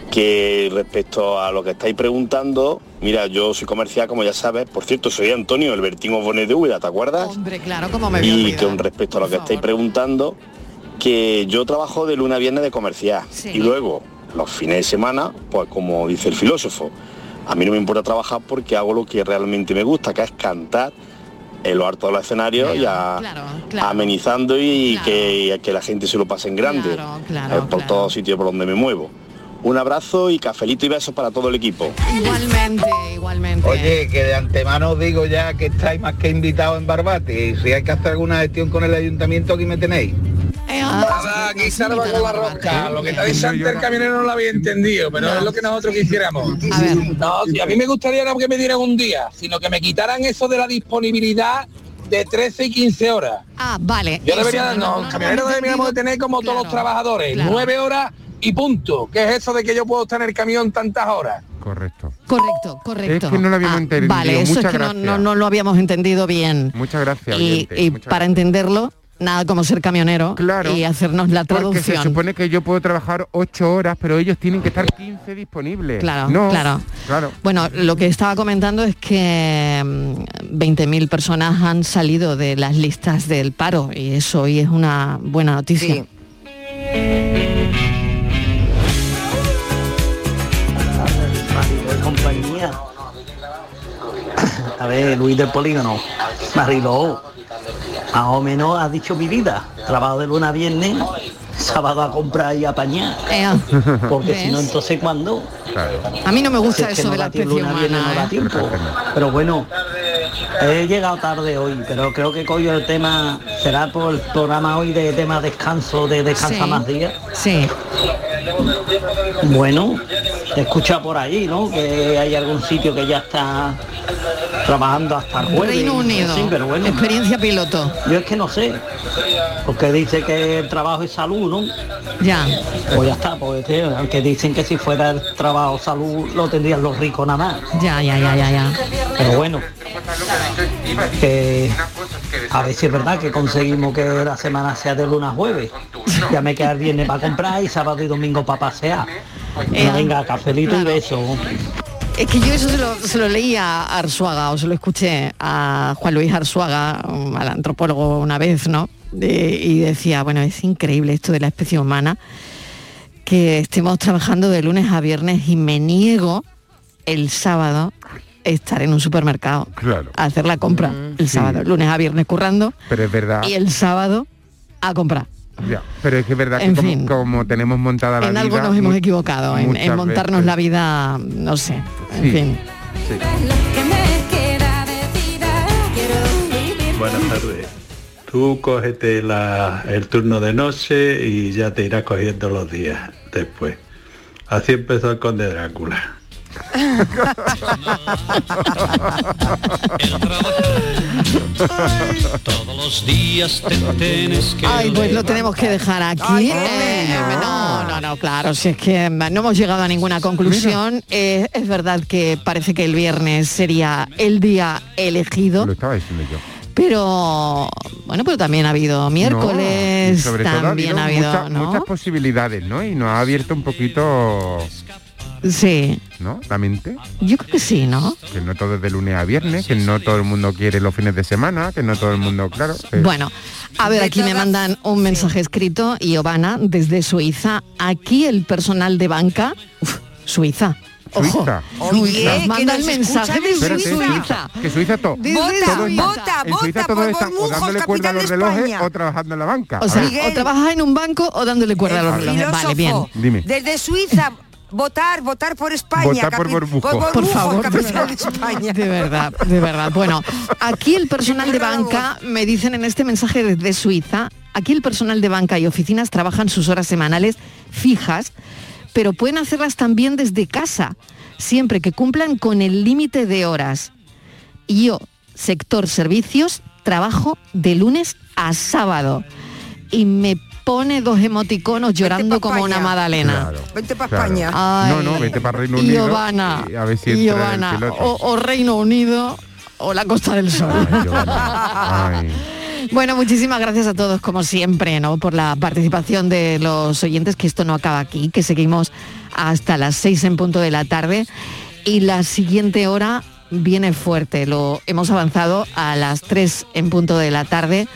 Speaker 15: Que respecto a lo que estáis preguntando, mira, yo soy comercial, como ya sabes. Por cierto, soy Antonio, el Bertín Osbone de Úbeda, ¿te acuerdas?
Speaker 4: hombre, claro, como me
Speaker 15: y
Speaker 4: vio.
Speaker 15: que con respecto a lo que estáis preguntando, que yo trabajo de luna a viernes de comercial.
Speaker 4: Sí.
Speaker 15: Y luego, los fines de semana, pues como dice el filósofo, a mí no me importa trabajar porque hago lo que realmente me gusta, que es cantar en lo harto de los escenarios y a- amenizando y que, que la gente se lo pase en grande eh, por todos sitios por donde me muevo. Un abrazo y cafelito y besos para todo el equipo.
Speaker 4: Igualmente, igualmente.
Speaker 11: Oye, que de antemano os digo ya que estáis más que invitados en Barbate. Y si hay que hacer alguna gestión con el ayuntamiento, aquí me tenéis.
Speaker 4: Eh, ah,
Speaker 16: Nada, aquí salva con la rosca. Lo que está diciendo el camionero no lo había entendido, pero es lo que nosotros quisiéramos. No, si a mí me gustaría no que me dieran un día, sino que me quitaran eso de la disponibilidad de 13 y 15 horas.
Speaker 4: Ah, vale.
Speaker 16: Yo debería,
Speaker 4: Eso,
Speaker 16: no,
Speaker 4: no, no,
Speaker 16: los
Speaker 4: no,
Speaker 16: camioneros
Speaker 4: no, no,
Speaker 16: deberíamos de
Speaker 4: no.
Speaker 16: tener como todos los trabajadores,
Speaker 4: claro.
Speaker 16: nueve horas y punto. ¿Qué es eso de que yo puedo estar en el camión tantas horas?
Speaker 5: Correcto.
Speaker 4: Correcto, correcto. Ah,
Speaker 5: Es que no lo habíamos entendido.
Speaker 4: Vale, eso
Speaker 5: Muchas
Speaker 4: es que no,
Speaker 5: gracias.
Speaker 4: no- no lo habíamos entendido bien.
Speaker 5: Muchas gracias.
Speaker 4: Y,
Speaker 5: oyente,
Speaker 4: y
Speaker 5: muchas
Speaker 4: para entenderlo, nada como ser camionero y hacernos la
Speaker 5: Porque se
Speaker 4: traducción.
Speaker 5: supone que yo puedo trabajar 8 horas, pero ellos tienen que estar 15 disponibles.
Speaker 4: Claro,
Speaker 5: No,
Speaker 4: claro.
Speaker 5: Claro.
Speaker 4: Bueno, lo que estaba comentando es que mm, 20.000 personas han salido de las listas del paro y eso hoy es una buena noticia.
Speaker 18: Marilo y compañía. A ver, Luis del Polígono. Mariló, más o menos has dicho mi vida. Trabajo de luna a viernes, sábado a comprar y a apañar.
Speaker 4: Ea.
Speaker 18: Porque si no,
Speaker 4: ¿Ves?
Speaker 18: entonces ¿cuándo?
Speaker 4: A mí no me gusta
Speaker 18: Si es que
Speaker 4: eso
Speaker 18: no
Speaker 4: de la
Speaker 18: da tiempo,
Speaker 4: especie
Speaker 18: luna a viernes
Speaker 4: humana.
Speaker 18: no da
Speaker 4: ¿eh?
Speaker 18: tiempo. Pero bueno, he llegado tarde hoy, pero creo que coño el tema será por el programa hoy de tema descanso, de descansa
Speaker 4: Sí.
Speaker 18: más días.
Speaker 4: Sí.
Speaker 18: Bueno, te escucha por ahí, ¿no? Que hay algún sitio que ya está trabajando hasta el jueves.
Speaker 4: Reino Unido,
Speaker 18: Sí, pero bueno,
Speaker 4: experiencia piloto.
Speaker 18: yo es que no sé, porque dice que el trabajo es salud, ¿no?
Speaker 4: Ya.
Speaker 18: Pues ya está, pues tío, aunque dicen que si fuera el trabajo salud lo tendrían los ricos nada más.
Speaker 4: Ya, ya, ya, ya, ya.
Speaker 18: Pero bueno, que a ver si es verdad que conseguimos que la semana sea de lunes a jueves. Ya me queda el viernes para comprar y sábado y domingo para pasear.
Speaker 4: Eh,
Speaker 18: Venga, cafelito y beso.
Speaker 4: Es que yo eso se lo, se lo leí a Arzuaga o se lo escuché a Juan Luis Arzuaga, um, al antropólogo una vez, ¿no? De- y decía, bueno, es increíble esto de la especie humana, que estemos trabajando de lunes a viernes y me niego el sábado a estar en un supermercado
Speaker 5: Claro.
Speaker 4: a hacer la compra el
Speaker 5: sí. Ah.
Speaker 4: sábado, lunes a viernes currando
Speaker 5: Pero es verdad.
Speaker 4: y el sábado a comprar.
Speaker 5: Ya, pero es que es verdad
Speaker 4: En
Speaker 5: que como,
Speaker 4: fin.
Speaker 5: como tenemos montada la
Speaker 4: en
Speaker 5: vida...
Speaker 4: algo nos hemos
Speaker 5: mu-
Speaker 4: equivocado, en, en
Speaker 5: muchas
Speaker 4: montarnos la vida, no sé, en
Speaker 5: Sí.
Speaker 4: fin.
Speaker 3: Buenas tardes. Tú cógete la- el turno de noche y ya te irás cogiendo los días después. Así empezó el conde Drácula.
Speaker 10: Todos los días te tienes que
Speaker 4: Ay, pues lo tenemos que dejar aquí. Eh, no, no, no, claro, si es que mm, no hemos llegado a ninguna conclusión. Eh, es verdad que parece que el viernes sería el día elegido.
Speaker 5: Lo estaba diciendo yo.
Speaker 4: Pero bueno, pero también ha habido
Speaker 5: No, y
Speaker 4: miércoles,
Speaker 5: sobre todo
Speaker 4: también ha habido,
Speaker 5: muchas-
Speaker 4: ¿no?
Speaker 5: muchas posibilidades, ¿no? Y nos ha abierto un poquito,
Speaker 4: Sí,
Speaker 5: ¿no? La mente.
Speaker 4: yo creo que sí, ¿no?
Speaker 5: Que no todo es de lunes a viernes, que no todo el mundo quiere los fines de semana, que no todo el mundo, claro. que-
Speaker 4: Bueno, a ver, aquí me mandan un mensaje escrito y Obana desde Suiza. Aquí el personal de banca, Uf, Suiza. Ojo,
Speaker 5: Suiza.
Speaker 4: Suiza. Nos manda el mensaje de
Speaker 5: Espérate,
Speaker 4: Suiza.
Speaker 5: Que Suiza to-
Speaker 4: Desde
Speaker 5: todo. está-
Speaker 4: Suiza.
Speaker 5: en Suiza todo está o dándole cuerda a los relojes o trabajando en la banca.
Speaker 4: O
Speaker 5: A
Speaker 4: sea,
Speaker 5: ver.
Speaker 4: o trabajas en un banco o dándole cuerda a los relojes. Vale, bien.
Speaker 6: filósofo.
Speaker 5: Dime.
Speaker 6: Desde Suiza, votar, votar por España.
Speaker 4: Votar por
Speaker 6: capi-
Speaker 4: Borbujo.
Speaker 6: Por,
Speaker 4: Por
Speaker 6: favor,
Speaker 4: favor,
Speaker 6: capital de España.
Speaker 4: De verdad, de verdad. Bueno, aquí el personal de banca, me dicen en este mensaje desde Suiza, aquí el personal de banca y oficinas trabajan sus horas semanales fijas, pero pueden hacerlas también desde casa, siempre que cumplan con el límite de horas. Y Yo, sector servicios, trabajo de lunes a sábado. Y me pone dos emoticonos llorando como una magdalena.
Speaker 5: Claro,
Speaker 6: Vente para
Speaker 5: claro.
Speaker 6: España.
Speaker 5: No, no, vete para Reino Unido.
Speaker 4: Giovanna,
Speaker 5: y a ver si entra el
Speaker 4: Giovanna,
Speaker 5: piloto.
Speaker 4: o, o Reino Unido o la Costa del Sol. bueno, muchísimas gracias a todos, como siempre, ¿no? por la participación de los oyentes, que esto no acaba aquí, que seguimos hasta las seis en punto de la tarde y la siguiente hora viene fuerte. Lo hemos avanzado a las 3 en punto de la tarde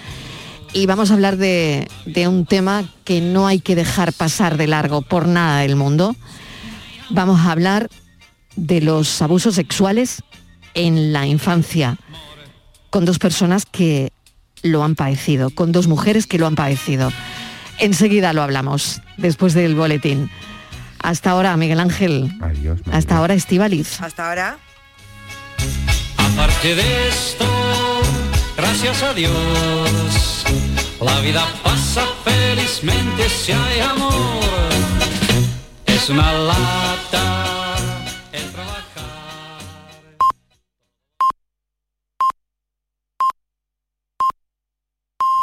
Speaker 4: y vamos a hablar de, de un tema que no hay que dejar pasar de largo por nada del mundo. Vamos a hablar de los abusos sexuales en la infancia con dos personas que lo han padecido, con dos mujeres que lo han padecido. Enseguida lo hablamos, después del boletín. Hasta ahora, Miguel Ángel. Hasta ahora, Estivaliz.
Speaker 6: Hasta ahora.
Speaker 10: Aparte de esto, gracias a Dios, la vida pasa felizmente si hay amor. Es una lata